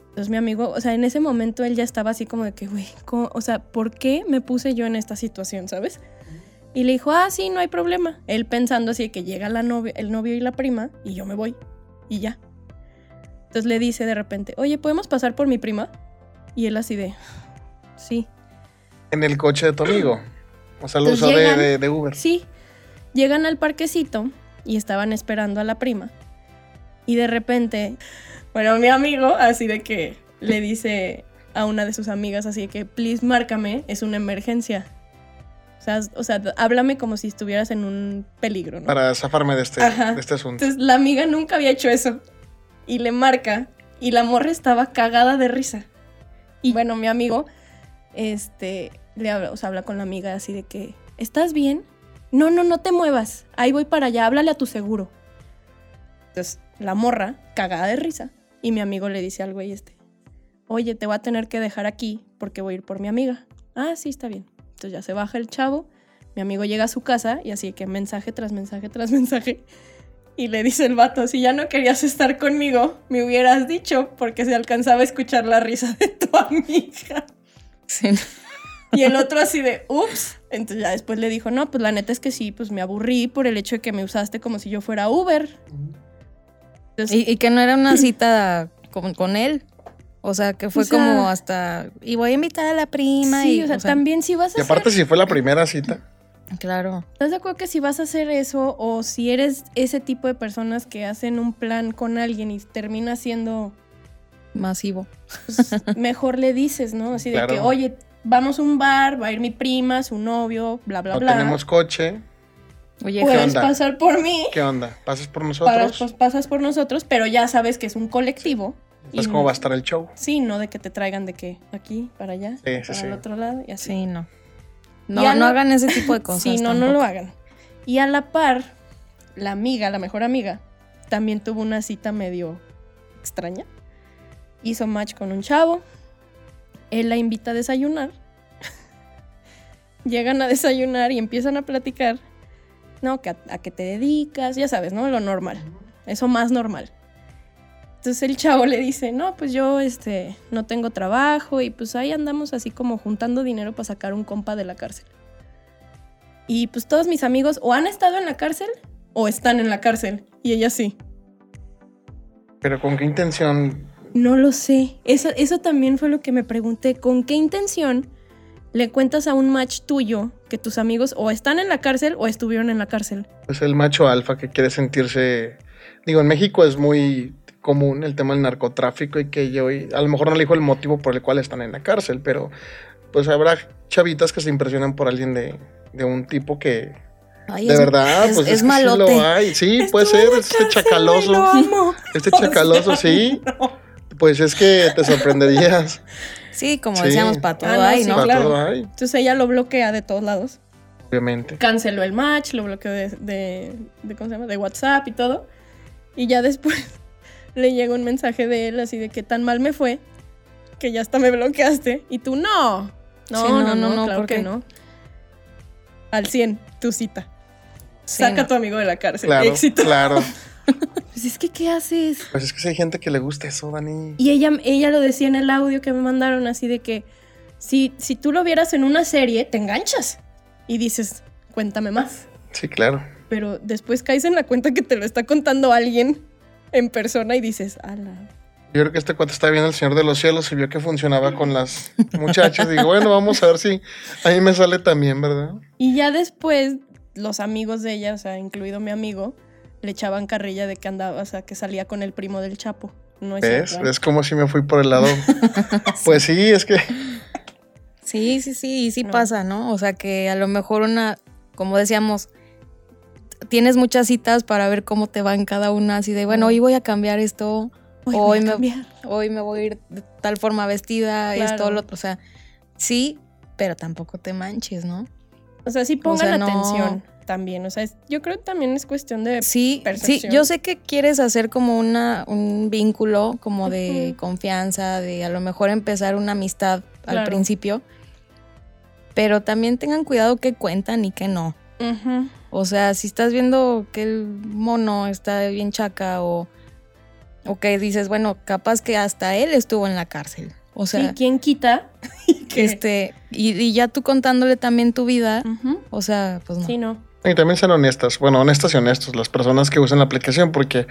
Entonces mi amigo, o sea, en ese momento él ya estaba así como de que, güey, ¿cómo- o sea, ¿por qué me puse yo en esta situación, sabes? Y le dijo, ah, sí, no hay problema. Él pensando así de que llega la novia, el novio y la prima y yo me voy y ya. Entonces le dice de repente, oye, ¿podemos pasar por mi prima? Y él así de, sí. En el coche de tu amigo. O sea, lo Entonces usó de, llegan- de- de Uber. Sí. Llegan al parquecito y estaban esperando a la prima. Y de repente, bueno, mi amigo, así de que le dice a una de sus amigas, así de que, please, márcame, es una emergencia. O sea, o sea, háblame como si estuvieras en un peligro, ¿no? Para zafarme de este, Ajá. de este asunto. Entonces la amiga nunca había hecho eso. Y le marca. Y la morra estaba cagada de risa. Y bueno, mi amigo, este, le habla, o sea, habla con la amiga así de que, ¿estás bien? No, no, no te muevas. Ahí voy para allá, háblale a tu seguro. Entonces la morra, cagada de risa. Y mi amigo le dice al güey este, oye, te voy a tener que dejar aquí porque voy a ir por mi amiga. Ah, sí, está bien. Entonces ya se baja el chavo. Mi amigo llega a su casa y así que mensaje tras mensaje tras *laughs* mensaje. Y le dice el vato, si ya no querías estar conmigo, me hubieras dicho porque se alcanzaba a escuchar la risa de tu amiga. sí, Y el otro así de, ups. Entonces ya después le dijo, no, pues la neta es que sí, pues me aburrí por el hecho de que me usaste como si yo fuera Uber. Entonces, Y, y que no era una cita con, con él. O sea, que fue O sea- como hasta. Y voy a invitar a la prima. sí, y, o sea, también si vas a Y aparte, si fue la primera cita, Claro. ¿Estás de acuerdo que si vas a hacer eso o si eres ese tipo de personas que hacen un plan con alguien y termina siendo Masivo. *laughs* pues, mejor le dices, ¿no? Así de Claro. que, oye, vamos a un bar, va a ir mi prima, su novio, bla, bla, no bla. tenemos coche. Oye, Ger- Pues- Puedes onda? pasar por mí, ¿Qué onda? ¿Pasas por para- nosotros? pues, pasas por nosotros, pero ya sabes que es un colectivo. ¿Sabes y Pues, cómo no- va a estar el show? Sí, no de que te traigan de que aquí, para allá, Sí, sí, para sí. el otro lado y así. sí, no. No, Ya no, no- hagan ese tipo de cosas. Sí, no, no tampoco. lo hagan. Y a la par, la amiga, la mejor amiga, también tuvo una cita medio extraña. Hizo match con un chavo. Él la invita a desayunar. *laughs* Llegan a desayunar y empiezan a platicar. No, que a, a qué te dedicas, ya sabes, ¿no? Lo normal. Eso más normal. Entonces el chavo le dice, no, pues yo este, no tengo trabajo y pues ahí andamos así como juntando dinero para sacar un compa de la cárcel. Y pues todos mis amigos o han estado en la cárcel o están en la cárcel. Y ella sí. Pero con qué intención No lo sé. Eso, eso también fue lo que me pregunté. ¿Con qué intención le cuentas a un match tuyo que tus amigos o están en la cárcel o estuvieron en la cárcel? es Pues, el macho alfa que quiere sentirse. Digo, en México es muy común el tema del narcotráfico y que yo y a lo mejor no le dijo el motivo por el cual están en la cárcel, pero pues habrá chavitas que se impresionan por alguien de, de un tipo que Ay, de es- verdad es, pues es que sí malote. lo hay. Sí, puede Estuve en ser, la este cárcel, chacaloso. güey, lo amo. Este *laughs* O sea, chacaloso, sí. Pues es que te sorprenderías. Sí, como Sí. decíamos, para todo Ah, no, hay, sí, ¿no? Para claro. todo hay, Entonces ella lo bloquea de todos lados. obviamente. canceló el match, lo bloqueó de, de, de- ¿cómo se llama? de WhatsApp y todo. Y ya después *laughs* le llegó un mensaje de él así de que tan mal me fue que ya hasta me bloqueaste. Y tú, no. No, Sí, no, no, no, claro porque- que no. Al 100, tu cita. Sí, Saca no. a tu amigo de la cárcel. Claro, Este, Éxito. claro. Pues es que, ¿qué haces? Pues es que sí hay gente que le gusta eso, Dani. Y ella, ella lo decía en el audio que me mandaron así de que si, si tú lo vieras en una serie, te enganchas y dices, cuéntame más. Sí, claro. Pero después caes en la cuenta que te lo está contando alguien en persona y dices, ala. Yo creo que este cuate está viendo El Señor de los Cielos y vio que funcionaba con las muchachas. Digo, bueno, vamos a ver si a mí me sale también, ¿verdad? Y ya después, los amigos de ella, o sea, incluido mi amigo, le echaban carrilla de que andaba, o sea, que salía con el primo del Chapo. No es ¿Ves? cierto, ¿eh? Es como si me fui por el lado. pues sí, es que Sí, sí, sí, y sí No. pasa, ¿no? O sea que a lo mejor una, como decíamos, tienes muchas citas para ver cómo te van cada una, así de, bueno, hoy voy a cambiar esto, Hoy voy Hoy a me- cambiar. hoy me voy a ir de tal forma vestida, esto, Claro. lo otro, o sea, sí, pero tampoco te manches, ¿no? O sea, sí pongan sea, no. atención también. O sea, es- yo creo que también es cuestión de. Sí, sí, percepción. yo sé que quieres hacer como una, un vínculo, como de Ujú. confianza, de a lo mejor empezar una amistad al Claro. principio, pero también tengan cuidado que cuentan y que no. Ujú. O sea, si estás viendo que el mono está bien chaca o, o que dices, bueno, capaz que hasta él estuvo en la cárcel. O Sí, sea, ¿quién *laughs* quita? Y que- este, y, y ya tú contándole también tu vida, Ujú. o sea, pues no. Sí, no. Y también sean honestas, bueno, honestas y honestos las personas que usan la aplicación, porque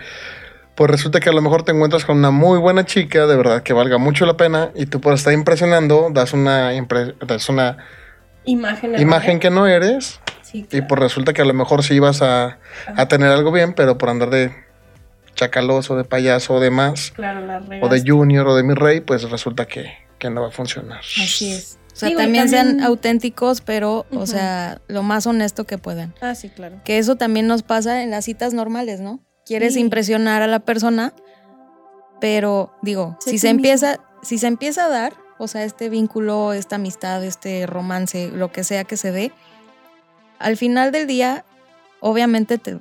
pues resulta que a lo mejor te encuentras con una muy buena chica, de verdad que valga mucho la pena, y tú por estar impresionando das una, impre- das una Imagen. imagen que no eres, Sí, y claro. pues resulta que a lo mejor sí ibas a, a tener algo bien, pero por andar de chacaloso, de payaso, de más, Claro, la o regaste. de junior, o de mi rey, pues resulta que, que no va a funcionar. Así es. O sea, Digo, y también, sean también- auténticos, pero, Ujú. o sea, lo más honesto que puedan. Ah, sí, claro. Que eso también nos pasa en las citas normales, ¿no? Quieres Sí. impresionar a la persona, pero digo, Sé si tú se mismo. empieza, si se empieza a dar, o sea, este vínculo, esta amistad, este romance, lo que sea que se dé, al final del día, obviamente te,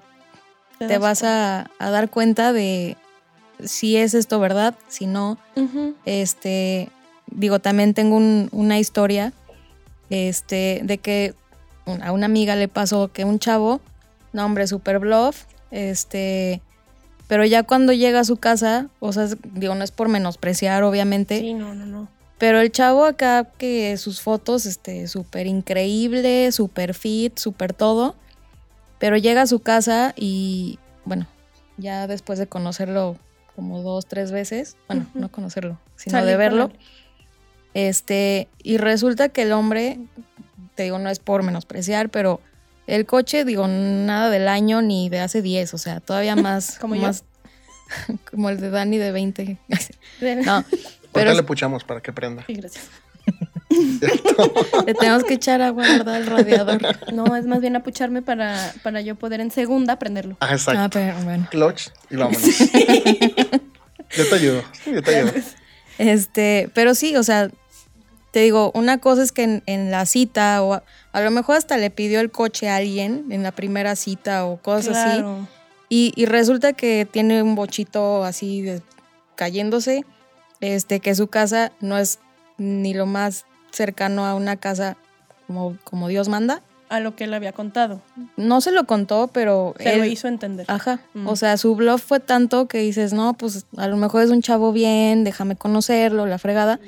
te das vas cuenta. a, a dar cuenta de si es esto verdad, si no, Ujú. este, digo, también tengo un- una historia, este, de que un- a una amiga le pasó que un chavo, no hombre, super bluff, este, pero ya cuando llega a su casa, o sea, es- digo, no es por menospreciar, obviamente, Sí, no, no, no. pero el chavo acá que sus fotos, este, súper increíble, súper fit, súper todo. Pero llega a su casa y, bueno, ya después de conocerlo como dos, tres veces, bueno, Ujú. no conocerlo, sino Salir de con verlo, él. este, y resulta que el hombre, te digo, no es por menospreciar, pero el coche, digo, nada del año ni de hace 10, o sea, *laughs* todavía más. Como yo. más, *laughs* Como el de Dani de 20. No. *laughs* No, Ahorita pero le puchamos para *laughs* que prenda. *laughs* Sí, gracias. le tenemos que echar agua, ¿verdad? El radiador. No, es más bien apucharme para, para yo poder en segunda aprenderlo. *laughs* Ah, exacto. Ah, pero bueno. clutch *laughs* y vámonos. yo te ayudo, yo te ayudo. Este, pero sí, o sea, te digo, una cosa es que en, en la cita, o a, a lo mejor hasta le pidió el coche a alguien en la primera cita o cosas así, Claro. y, y resulta que tiene un bochito así de- cayéndose, este, que su casa no es ni lo más cercano a una casa como, como Dios manda. A lo que él había contado. No se lo contó, pero Se lo él- hizo entender. Ajá. Mm. O sea, su bluff fue tanto que dices, no, pues a lo mejor es un chavo bien, déjame conocerlo, la fregada.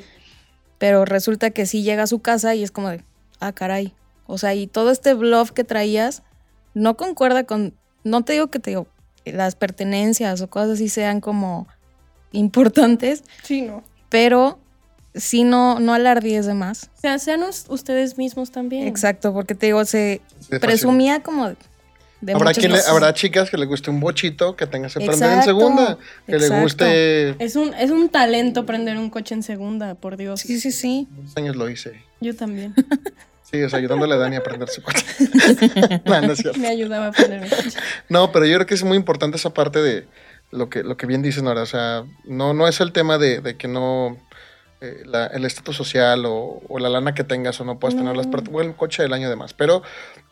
Pero resulta que sí llega a su casa y es como de, ah, caray. O sea, y todo este bluff que traías no concuerda con. No te digo que te digo, las pertenencias o cosas así sean como importantes, Sí, no. pero sí no, no alardíes de más. O sea, sean us- ustedes mismos también. Exacto, porque te digo, se De fácil. presumía como de. de Habrá, muchas quien le- cosas. habrá chicas que le guste un bochito, que tenga que prender en Exacto, segunda, que le exacto. guste. Es un, es un talento prender un coche en segunda, por Dios. Sí, sí, sí. Muchos años lo hice. Yo también. *laughs* Sí, o sea, ayudándole a Dani a aprender *laughs* su coche. no, no es cierto. Me ayudaba a prender un coche. No, pero yo creo que es muy importante esa parte de lo que, lo que bien dices, Nora. O sea, no, no es el tema de, de que no. eh, la- el estatus social o, o la lana que tengas o no puedas tener Mm. las pert- o el coche del año de más. Pero,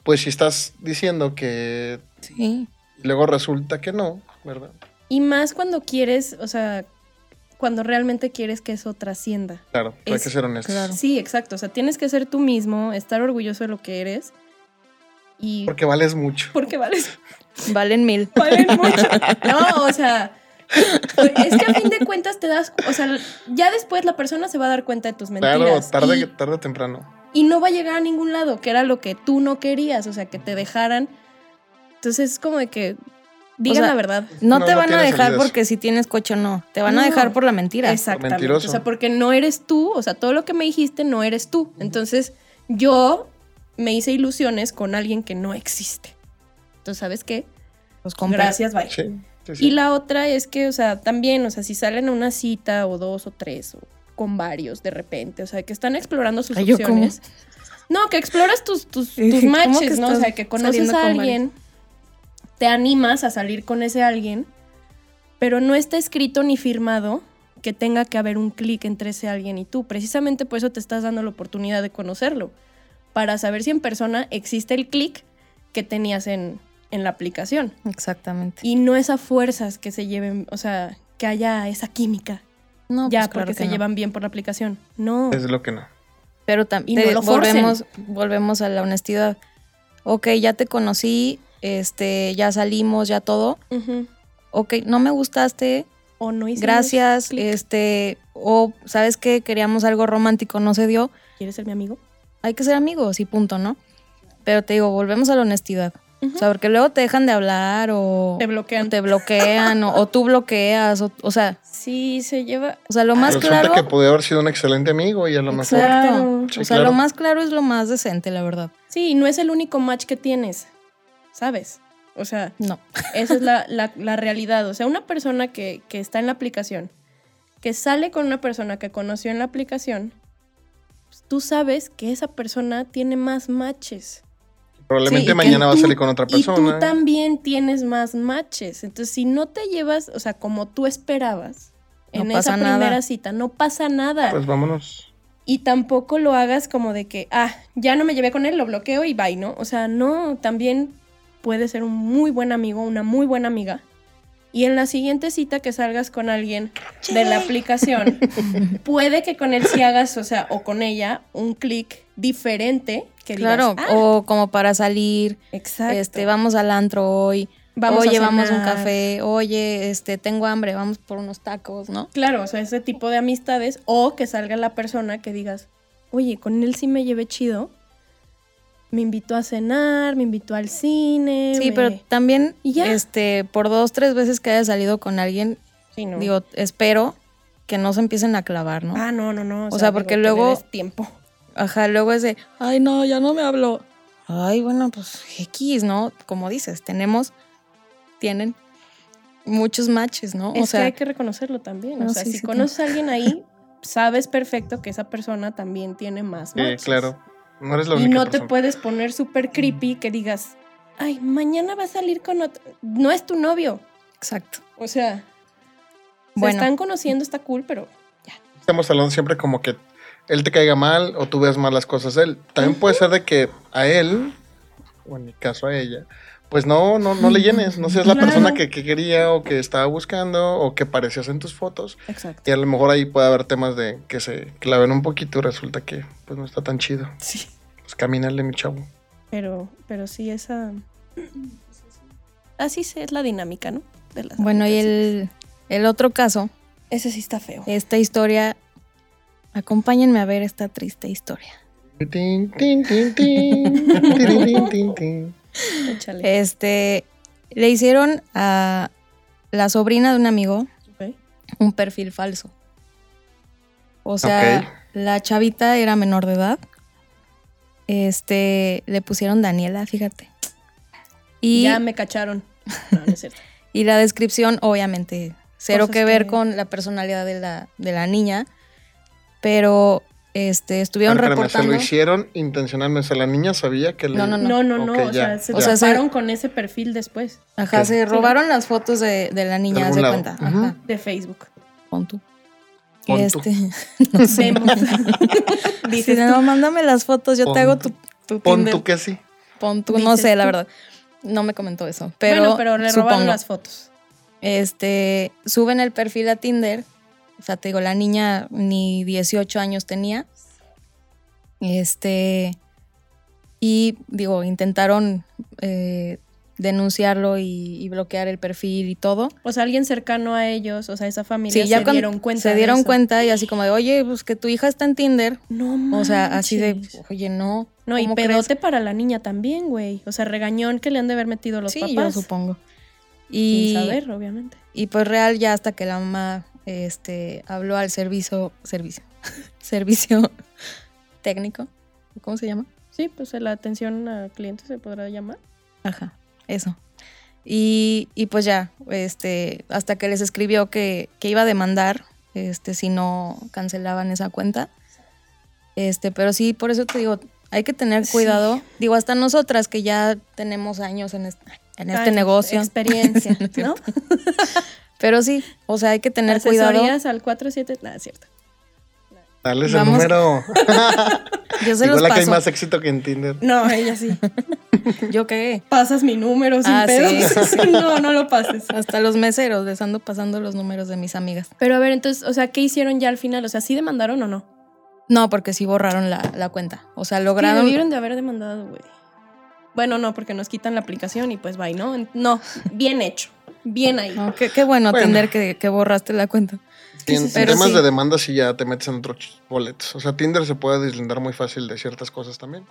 pues, si estás diciendo que Sí. luego resulta que no, ¿verdad? Y más cuando quieres, o sea, cuando realmente quieres que eso trascienda. Claro, hay Es- que ser honestos. claro. Sí, exacto. O sea, tienes que ser tú mismo, estar orgulloso de lo que eres. Y Porque vales mucho. porque vales Valen mil. valen mucho. *laughs* No, o sea, Es que a fin de cuentas te das, o sea, ya después la persona se va a dar cuenta de tus mentiras. Claro, tarde, y- tarde o temprano. y no va a llegar a ningún lado, que era lo que tú no querías, o sea, que te dejaran. Entonces es como de que digan sea, la verdad. No, No, te no van a tiene dejar sentido eso. porque si tienes coche o no. Te van No. a dejar por la mentira. Exactamente. Mentiroso. O sea, porque no eres tú, o sea, todo lo que me dijiste no eres tú. Entonces yo me hice ilusiones con alguien que no existe. Entonces, ¿sabes qué? Los compras. Gracias, bye. Sí, sí, sí. Y la otra es que, o sea, también, o sea, si salen a una cita o dos o tres o con varios de repente, o sea, que están explorando sus Ay, ¿yo cómo? opciones. No, que exploras tus, tus, Dije, tus ¿cómo matches, que ¿no? O sea, estás que conoces saliendo a con alguien, te animas a salir con ese alguien, pero no está escrito ni firmado que tenga que haber un clic entre ese alguien y tú. Precisamente por eso te estás dando la oportunidad de conocerlo, para saber si en persona existe el clic que tenías en, en la aplicación. Exactamente. Y no es a fuerzas que se lleven, o sea, que haya esa química. No, ya, pues claro porque que se no. llevan bien por la aplicación. No. Es lo que no. Pero tam- Y no te- lo forcen. volvemos, volvemos a la honestidad. Ok, ya te conocí, este, ya salimos, ya todo. Ujú. Ok, no me gustaste, O no hicimos gracias, clic. este, o sabes que queríamos algo romántico, no se dio. ¿Quieres ser mi amigo? Hay que ser amigos y punto, ¿no? Pero te digo, volvemos a la honestidad. O sea, porque luego te dejan de hablar o Te bloquean. o te bloquean o, o tú bloqueas, o, o sea, Sí, se lleva. o sea, lo más Resulta claro, que pude haber sido un excelente amigo y a lo mejor. Exacto. Sí, o sea, claro. lo más claro es lo más decente, la verdad. Sí, y no es el único match que tienes, ¿sabes? O sea, No. esa *laughs* es la, la- la realidad. O sea, una persona que, que está en la aplicación, que sale con una persona que conoció en la aplicación, pues, tú sabes que esa persona tiene más matches. Probablemente Sí, y que mañana va a tú- salir con otra Y tú persona. también tienes más matches. Entonces, si no te llevas, o sea, como tú esperabas, No en pasa esa primera nada. cita, no pasa nada. Pues vámonos. y tampoco lo hagas como de que, ah, ya no me llevé con él, lo bloqueo y bye, ¿no? O sea, no, también puede ser un muy buen amigo, una muy buena amiga. Y en la siguiente cita que salgas con alguien de la *laughs* aplicación, puede que con él sí hagas, o sea, o con ella, un clic diferente que digas, Claro, "Ah, o como para salir, exacto. este, vamos al antro hoy, Vamos a oye, vamos a un cenar". café, oye, este, tengo hambre, vamos por unos tacos, ¿no? Claro, o sea, ese tipo de amistades o que salga la persona que digas, oye, con él sí me llevé chido. Me invitó a cenar, me invitó al cine. Sí, me- pero también, Y ya. este, por dos, tres veces que haya salido con alguien, Sí, no. digo, espero que no se empiecen a clavar, ¿no? ah, no, no, no. O sea, porque que le luego- des tiempo. Ajá, luego es de, ay, no, ya no me habló. Ay, bueno, pues X, ¿no? Como dices, tenemos, tienen muchos matches, ¿no? es *laughs* o que sea, hay que reconocerlo también. No, o sea, sí, si sí, conoces a *laughs* alguien ahí, sabes perfecto que esa persona también tiene más. Sí, matches. claro. No eres la Y única no te persona. puedes poner súper creepy que digas, ay, mañana va a salir con otro. No es tu novio. exacto. O sea, Bueno. se están conociendo, está cool, pero Estamos hablando siempre como que él te caiga mal o tú veas mal las cosas de él. También puede ser de que a él, o en mi caso a ella, pues no, no, no le llenes, no seas la Claro. persona que, que quería o que estaba buscando o que parecías en tus fotos. Exacto. Y a lo mejor ahí puede haber temas de que se claven un poquito y resulta que pues no está tan chido. Sí. Pues camínale, mi chavo. Pero, pero sí, esa. Así se- es la dinámica, ¿no? De las Bueno, y aplicaciones. el, el otro caso, Ese sí está feo. esta historia, acompáñenme a ver esta triste historia. Tin, tin, *laughs* tin, tin. Tirirín, tin, tin. Eh, Échale. Este, le hicieron a la sobrina de un amigo Ok. un perfil falso. O sea, la chavita era menor de edad. Este, le pusieron Daniela, fíjate. Y, Ya me cacharon. No, no es cierto. y la descripción, obviamente, cero Cosas que ver que- con la personalidad de la, de la niña. Pero este, estuvieron Espérame, se lo reportando. hicieron intencionalmente. O sea, la niña sabía que le. *laughs* No, no, No, no, no. Ok, o ya, sea, se ya. O sea, se- toparon con ese perfil después Ajá, Ok. se robaron las fotos de, de la niña, haz algún de lado. cuenta. Ajá, Ujú. *laughs* de Facebook. pon tú. Pon tú. Este, *laughs* Vemos. dice, *laughs* Dices tú, no, mándame las fotos, yo Pon te hago tú. tu, tu Pon Tinder". tú que sí. Pon tú, no Dices sé, la tú. verdad. No me comentó eso, pero, bueno, pero le robaron supongo. las fotos. Este, suben el perfil a Tinder. O sea, te digo, la niña ni 18 años tenía. Este, y digo, intentaron eh, denunciarlo y, y bloquear el perfil y todo. O sea, alguien cercano a ellos, o sea, esa familia Sí, ya se cuando dieron cuenta. se de dieron eso. cuenta y así como de, oye, pues que tu hija está en Tinder. No manches. O sea, así de, oye, no. No, y ¿cómo pedote crees? para la niña también, güey. O sea, regañón que le han de haber metido los sí, yo papás. supongo. Sin Y, saber, obviamente. y pues real ya hasta que la mamá este, habló al servicio, servicio, *laughs* servicio técnico, ¿cómo se llama? Sí, pues la atención a clientes se podrá llamar. Ajá, eso. Y, y pues ya, este, hasta que les escribió que, que iba a demandar, este, si no cancelaban esa cuenta. Este, pero sí, por eso te digo, hay que tener Sí. cuidado. Digo, hasta nosotras que ya tenemos años en este, en este Ay, negocio. *laughs* Ah, Experiencia, No es *laughs* cierto. ¿no? Pero sí, o sea, hay que tener cuidado. Asesorías al 47. Nada, es cierto. Dale ese Vamos- número. Yo *laughs* se los Igual que hay paso. más éxito que en Tinder. *laughs* No, ella sí. Yo qué, Pasas mi número sin Ah, pedos. *laughs* sí. no, no lo pases. hasta los meseros les ando pasando los números de mis amigas. Pero a ver, entonces, o sea, ¿qué hicieron ya al final? O sea, ¿sí demandaron o no? No, porque sí borraron la, la cuenta. O sea, Sí, lograron. debieron de haber demandado, güey. Bueno, no, porque nos quitan la aplicación y pues bye, ¿no? En- No, bien hecho. Bien ahí. No, qué, qué bueno, Bueno. entender que, que borraste la cuenta. Y en, en Pero temas sí. de demanda sí ya te metes en otros ch- boletos. O sea, Tinder se puede deslindar muy fácil de ciertas cosas también.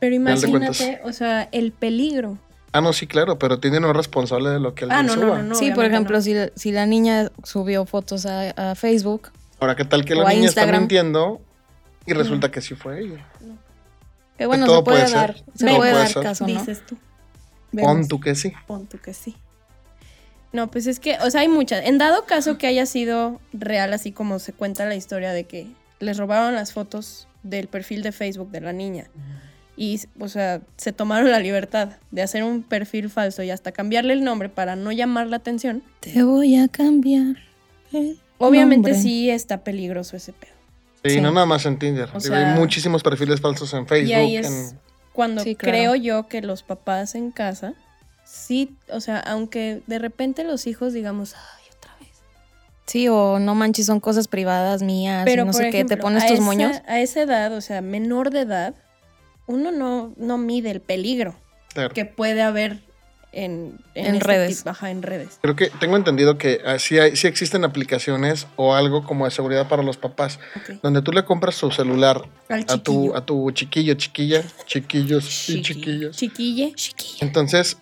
Pero final de cuentas. imagínate, o sea, el peligro. Ah, no, sí, claro, pero Tinder no es responsable de lo que alguien Ah, no, suba. no, no, no. sí, por obviamente ejemplo, no. si, si la niña subió fotos a, a Facebook, Ahora, ¿qué tal que O a la niña está Instagram. mintiendo y resulta que sí fue ella? que bueno, todo se puede, puede ser, dar, se todo puede puede dar ser. caso, ¿no? Dices tú, Vemos. Pon tú que sí. pon tú que sí. No, pues es que, o sea, hay muchas. En dado caso que haya sido real, así como se cuenta la historia de que les robaron las fotos del perfil de Facebook de la niña. Y, o sea, se tomaron la libertad de hacer un perfil falso y hasta cambiarle el nombre para no llamar la atención. Te voy a cambiar. el Obviamente nombre. sí está peligroso ese pedo. Sí, Sí. no nada más en Tinder. O Digo, sea- hay muchísimos perfiles falsos en Facebook. Y ahí es en- cuando Sí, claro. creo yo que los papás en casa, sí, o sea, aunque de repente los hijos digamos, ay, otra vez. Sí, o no manches, son cosas privadas mías, y Ah, no por sé qué, te ejemplo, pones a tus esa- moños. A esa edad, o sea, menor de edad, uno no, no mide el peligro claro. que puede haber en, este En redes. tipo- ajá, en redes. Creo que tengo entendido que ah, sí, hay, sí existen aplicaciones o algo como de seguridad para los papás, Ok. donde tú le compras su celular Al a tu, chiquillo. a tu chiquillo, chiquilla, chiquillos y Chiqui- chiquillos. Chiquille. Entonces,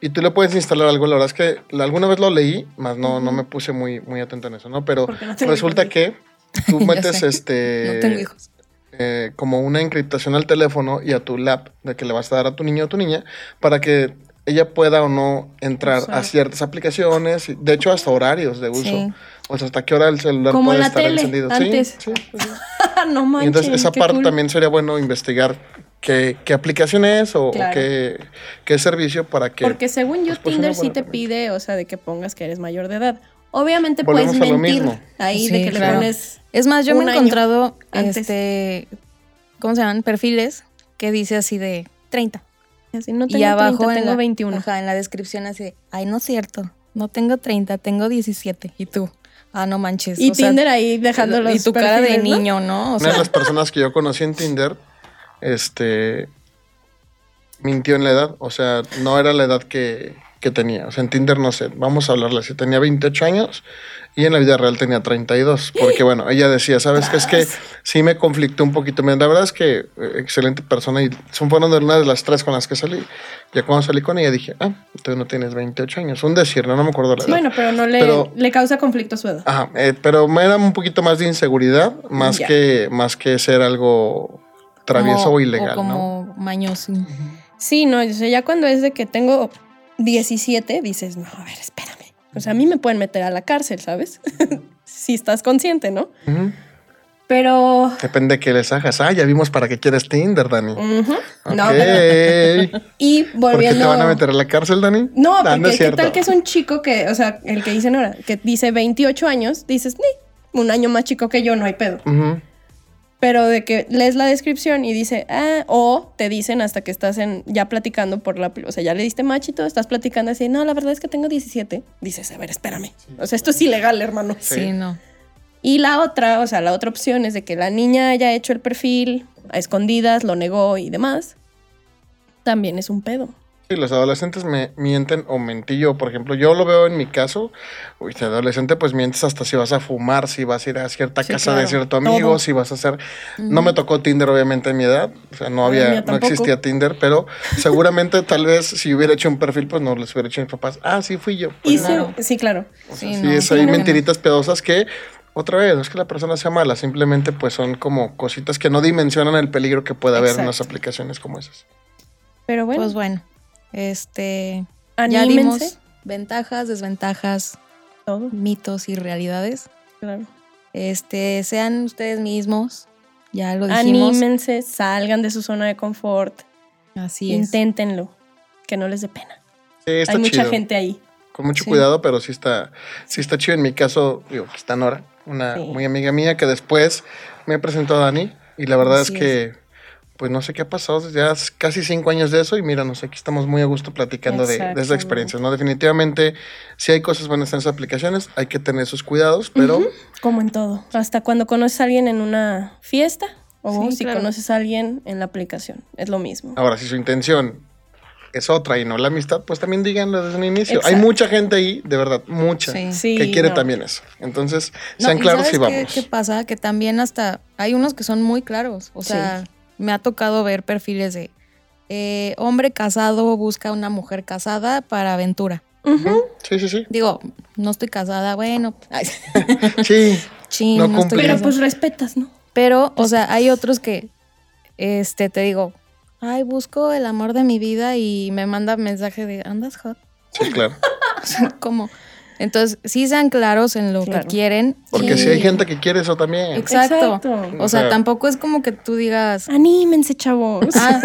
y tú le puedes instalar algo, la verdad es que la- alguna vez lo leí, más no, no me puse muy, muy atento en eso, ¿no? Pero Porque no tengo resulta hijos. que *laughs* tú Ya metes sé. este no tengo hijos. eh, como una encriptación al teléfono y a tu lap de que le vas a dar a tu niño o tu niña para que ella pueda o no entrar Usar. a ciertas aplicaciones, y, de hecho hasta horarios de uso. Sí. O sea, hasta qué hora el celular Como puede la estar tele, encendido. antes. Sí, pues sí, sí. *laughs* no manches. Y entonces esa qué parte cool. también sería bueno investigar qué, qué aplicación es o, o Claro. qué, qué servicio para que... Porque según yo, pues, pues, Tinder una sí buena te herramienta. pide, o sea, de que pongas que eres mayor de edad. Obviamente Volvemos puedes a lo mentir mismo. ahí Sí, de que le claro. pones. Es más, yo un me he año encontrado antes. este ¿cómo se llaman? perfiles que dice así de 30. Así, no tengo y abajo 30, en tengo la, 21. ajá, en la descripción así, de, ay, no es cierto, no tengo 30, tengo 17. ¿Y tú? Ah, no manches. Y o sea, Tinder ahí dejando los Y tu cara de perfiles, ¿no? niño, ¿no? O Una de sea, las personas que yo conocí en Tinder, este, mintió en la edad, o sea, no era la edad que, que tenía. O sea, en Tinder no sé, vamos a hablarle así, tenía 28 años y en la vida real tenía 32, porque bueno, ella decía, ¿sabes qué? Es que sí me conflictó un poquito. Mira, La verdad es que eh, excelente persona y son fueron de una de las tres con las que salí. Ya cuando salí con ella dije, ah, tú no tienes 28 años, un decir, no, no me acuerdo la edad. Bueno, pero no le, Pero- le causa conflicto su edad. Ajá, eh, pero me era un poquito más de inseguridad, más Ya. que más que ser algo travieso como- o ilegal, ¿no? como mañoso. Sí, no, o sea, ya cuando es de que tengo 17, dices, no, a ver, espérame. O sea, a mí me pueden meter a la cárcel, ¿sabes? *laughs* si estás consciente, ¿no? Ujú. Pero. Depende de qué les hagas. Ah, ya vimos para qué quieres Tinder, Dani. ujú, *laughs* No, pero- Ok. Y ¿Por qué volviendo. te van a meter a la cárcel, Dani? No, Ah, porque es qué cierto. tal que es un chico que, o sea, el que dicen ahora, que dice 28 años, dices, "Ni, un año más chico que yo, no hay pedo. Ujú. Pero de que lees la descripción y dice, ah, o te dicen hasta que estás en, ya platicando por la, o sea, ya le diste machito, estás platicando así, no, la verdad es que tengo 17. Dices, a ver, espérame. O sea, esto es ilegal, hermano. Sí. Sí. no. Y la otra, o sea, la otra opción es de que la niña haya hecho el perfil a escondidas, lo negó y demás. También es un pedo. Sí, los adolescentes me mienten o mentí yo. Por ejemplo, yo lo veo en mi caso. Uy, de adolescente, pues mientes hasta si vas a fumar, si vas a ir a cierta Sí, casa de claro, cierto amigo, todo. si vas a hacer. No me tocó Tinder, obviamente, a mi edad. O sea, no Ay, había, mía, no tampoco. existía Tinder, pero seguramente, tal vez, si hubiera hecho un perfil, pues no les hubiera hecho a mis papás. Ah, sí, fui yo. Pues, Y Claro. se- sí, claro. o sea, sí, sí, no, es sí, ahí no, no. mentiritas pedosas que. Otra vez, no es que la persona sea mala, simplemente pues son como cositas que no dimensionan el peligro que puede haber en unas Exacto. aplicaciones como esas. Pero bueno, Pues bueno, este, ya anímense. dimos ventajas, desventajas, Todo, mitos y realidades. claro. Este, sean ustedes mismos, ya lo dijimos. Anímense, salgan de su zona de confort, Así es. inténtenlo, que no les dé pena. Sí, está Hay mucha chido. gente ahí. con mucho Sí. cuidado, pero sí está, sí está chido. En mi caso, digo, pues, está Nora, una Sí. muy amiga mía que después me presentó a Dani y la verdad Así es que, pues no sé qué ha pasado, desde hace casi cinco años de eso y mira, no sé, aquí estamos muy a gusto platicando de, de esa Exactamente. experiencia, ¿no? Definitivamente, si hay cosas buenas en esas aplicaciones, hay que tener sus cuidados, pero Como en todo. Hasta cuando conoces a alguien en una fiesta o Sí, si claro. conoces a alguien en la aplicación. Es lo mismo. ahora si su intención es otra y no la amistad, pues también díganlo desde un inicio. Hay Exacto. mucha gente ahí, de verdad, mucha, Sí. Sí, que quiere no. también eso. Entonces, No, sean ¿y claros sabes y qué- vamos. ¿Qué pasa? Que también hasta hay unos que son muy claros. O Sí. sea, me ha tocado ver perfiles de eh, hombre casado busca una mujer casada para aventura. Ujú. Sí, sí, sí. Digo, no estoy casada, bueno, *laughs* ay, Sí. chin, No no estoy cumplí. Pero casada. pues respetas, ¿no? Pero, o sea, hay otros que, este, te digo, ay, busco el amor de mi vida y me manda mensaje de, andas hot. *laughs* Sí, claro. como Entonces, sí sean claros en lo Claro. que quieren. Porque y- si hay gente que quiere eso también. Ex- Exacto. Exacto. O sea, Ajá. tampoco es como que tú digas, Anímense, chavos. *laughs* Ah.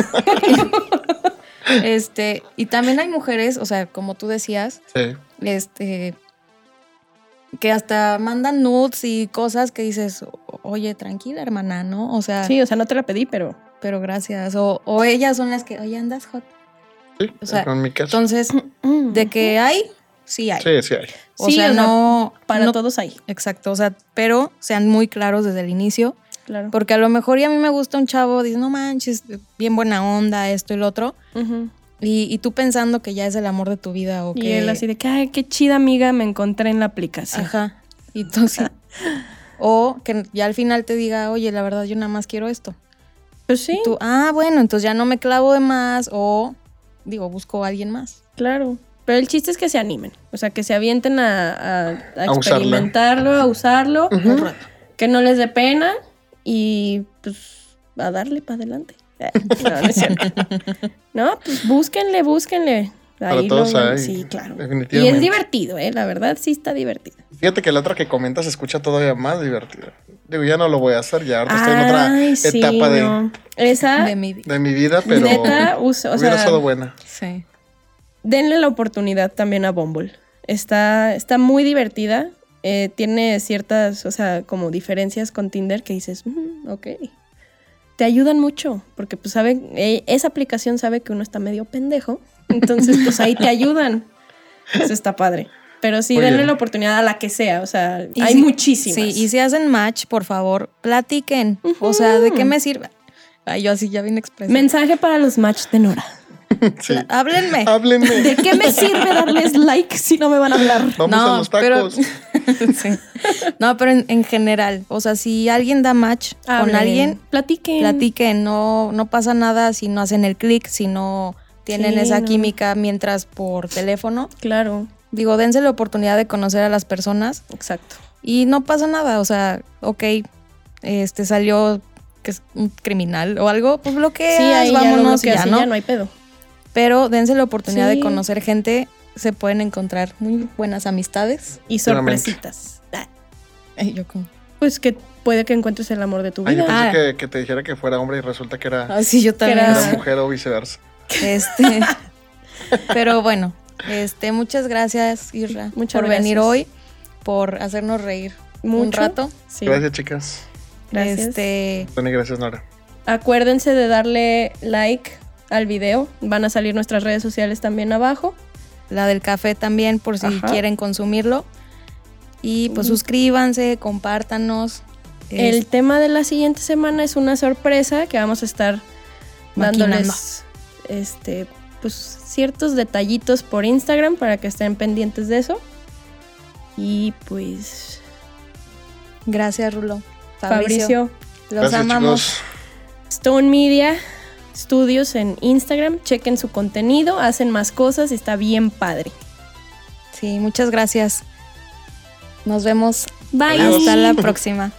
este, y también hay mujeres, o sea, como tú decías, Sí. este, que hasta mandan nudes y cosas que dices, oye, tranquila, hermana, ¿no? O sea, Sí, o sea, no te la pedí, pero pero gracias. O, o ellas son las que, oye, andas hot. sí. O sea, en mi caso. Entonces, Mm. de que hay, sí hay. sí, sí hay. O Sí, sea, o sea, no. para no- todos hay. Exacto, o sea, pero sean muy claros desde el inicio. Claro. Porque a lo mejor y a mí me gusta un chavo, dices, no manches, bien buena onda, esto y lo otro. Ujú. Y, y tú pensando que ya es el amor de tu vida o que... Y él así de que, ay, qué chida amiga me encontré en la aplicación. Ajá. Y tú sí. Ah. o que ya al final te diga, oye, la verdad yo nada más quiero esto. Pues sí, Y tú, ah, bueno, entonces ya no me clavo de más o, digo, busco a alguien más. claro. Pero el chiste es que se animen, o sea, que se avienten a, a- a A usarla. experimentarlo, a usarlo, Ujú. que no les dé pena y pues a darle para adelante. *laughs* Eh, No, no es cierto. No, pues búsquenle, búsquenle. Para Ahí lo todos van- hay, Sí, claro. Y definitivamente. es divertido, ¿eh? La verdad sí está divertido. Fíjate que la otra que comentas se escucha todavía más divertida. Digo, ya no lo voy a hacer, ya ahorita estoy en Ay, otra sí, etapa de- no. Esa, De mi vida. de, mi vida, pero neta, usa- o hubiera sea, estado buena. *laughs* Sí. denle la oportunidad también a Bumble. Está, está muy divertida. eh, tiene ciertas, o sea, como diferencias con Tinder que dices, "Mm, ok. Te ayudan mucho, porque pues saben, eh, esa aplicación sabe que uno está medio pendejo. *laughs* Entonces, pues ahí te ayudan. Eso está padre. Pero sí, Muy denle bien. la oportunidad a la que sea. O sea, Y hay si- muchísimas. Sí, y si hacen match, por favor, platiquen. O sea, ¿de qué me sirve? Ay, yo así ya vine expresa. Mensaje para los match de Nora. Sí. Háblenme. Háblenme. ¿De qué me sirve darles like si no me van a hablar? Vamos a los tacos. Pero, *laughs* Sí. No, pero en, en general, o sea, si alguien da match con Hablen, alguien, Platiquen. platiquen, no, no pasa nada si no hacen el clic, si no tienen Sí, esa no. química mientras por teléfono. Claro, Digo, dense la oportunidad de conocer a las personas exacto. y no pasa nada, o sea, ok, este salió que es un criminal o algo, pues bloqueas, Sí, ahí vámonos y ya, lo bloqueas ya, y ¿no? ya no hay pedo. Pero dense la oportunidad Sí. de conocer gente, se pueden encontrar muy buenas amistades. Y Claramente. sorpresitas. Ah, Ay, yo como- Pues que puede que encuentres el amor de tu *laughs* Ay, yo vida. pensé Ah. que, que te dijera que fuera hombre y resulta que era, Ah, sí, yo también. era- era mujer o viceversa. Este, *laughs* pero bueno, este, muchas gracias, Irra, Muchas por venir gracias. hoy, por hacernos reír un Mucho. rato. Sí, Gracias, chicas. gracias. Este, Tony, gracias, Nora. Acuérdense de darle like al video. Van a salir nuestras redes sociales también abajo. la del café también, por si Ajá. quieren consumirlo. Y pues Ujú. suscríbanse, compártanos. El tema de la siguiente semana es una sorpresa que vamos a estar Maquinando. dándoles este pues, ciertos detallitos por Instagram para que estén pendientes de eso. Y pues, Gracias, Rulo. Fabricio, Los amamos. Stone Media Studios en Instagram, chequen su contenido, hacen más cosas, está bien padre. Sí, muchas gracias. Nos vemos. Bye. Adiós. Hasta la próxima.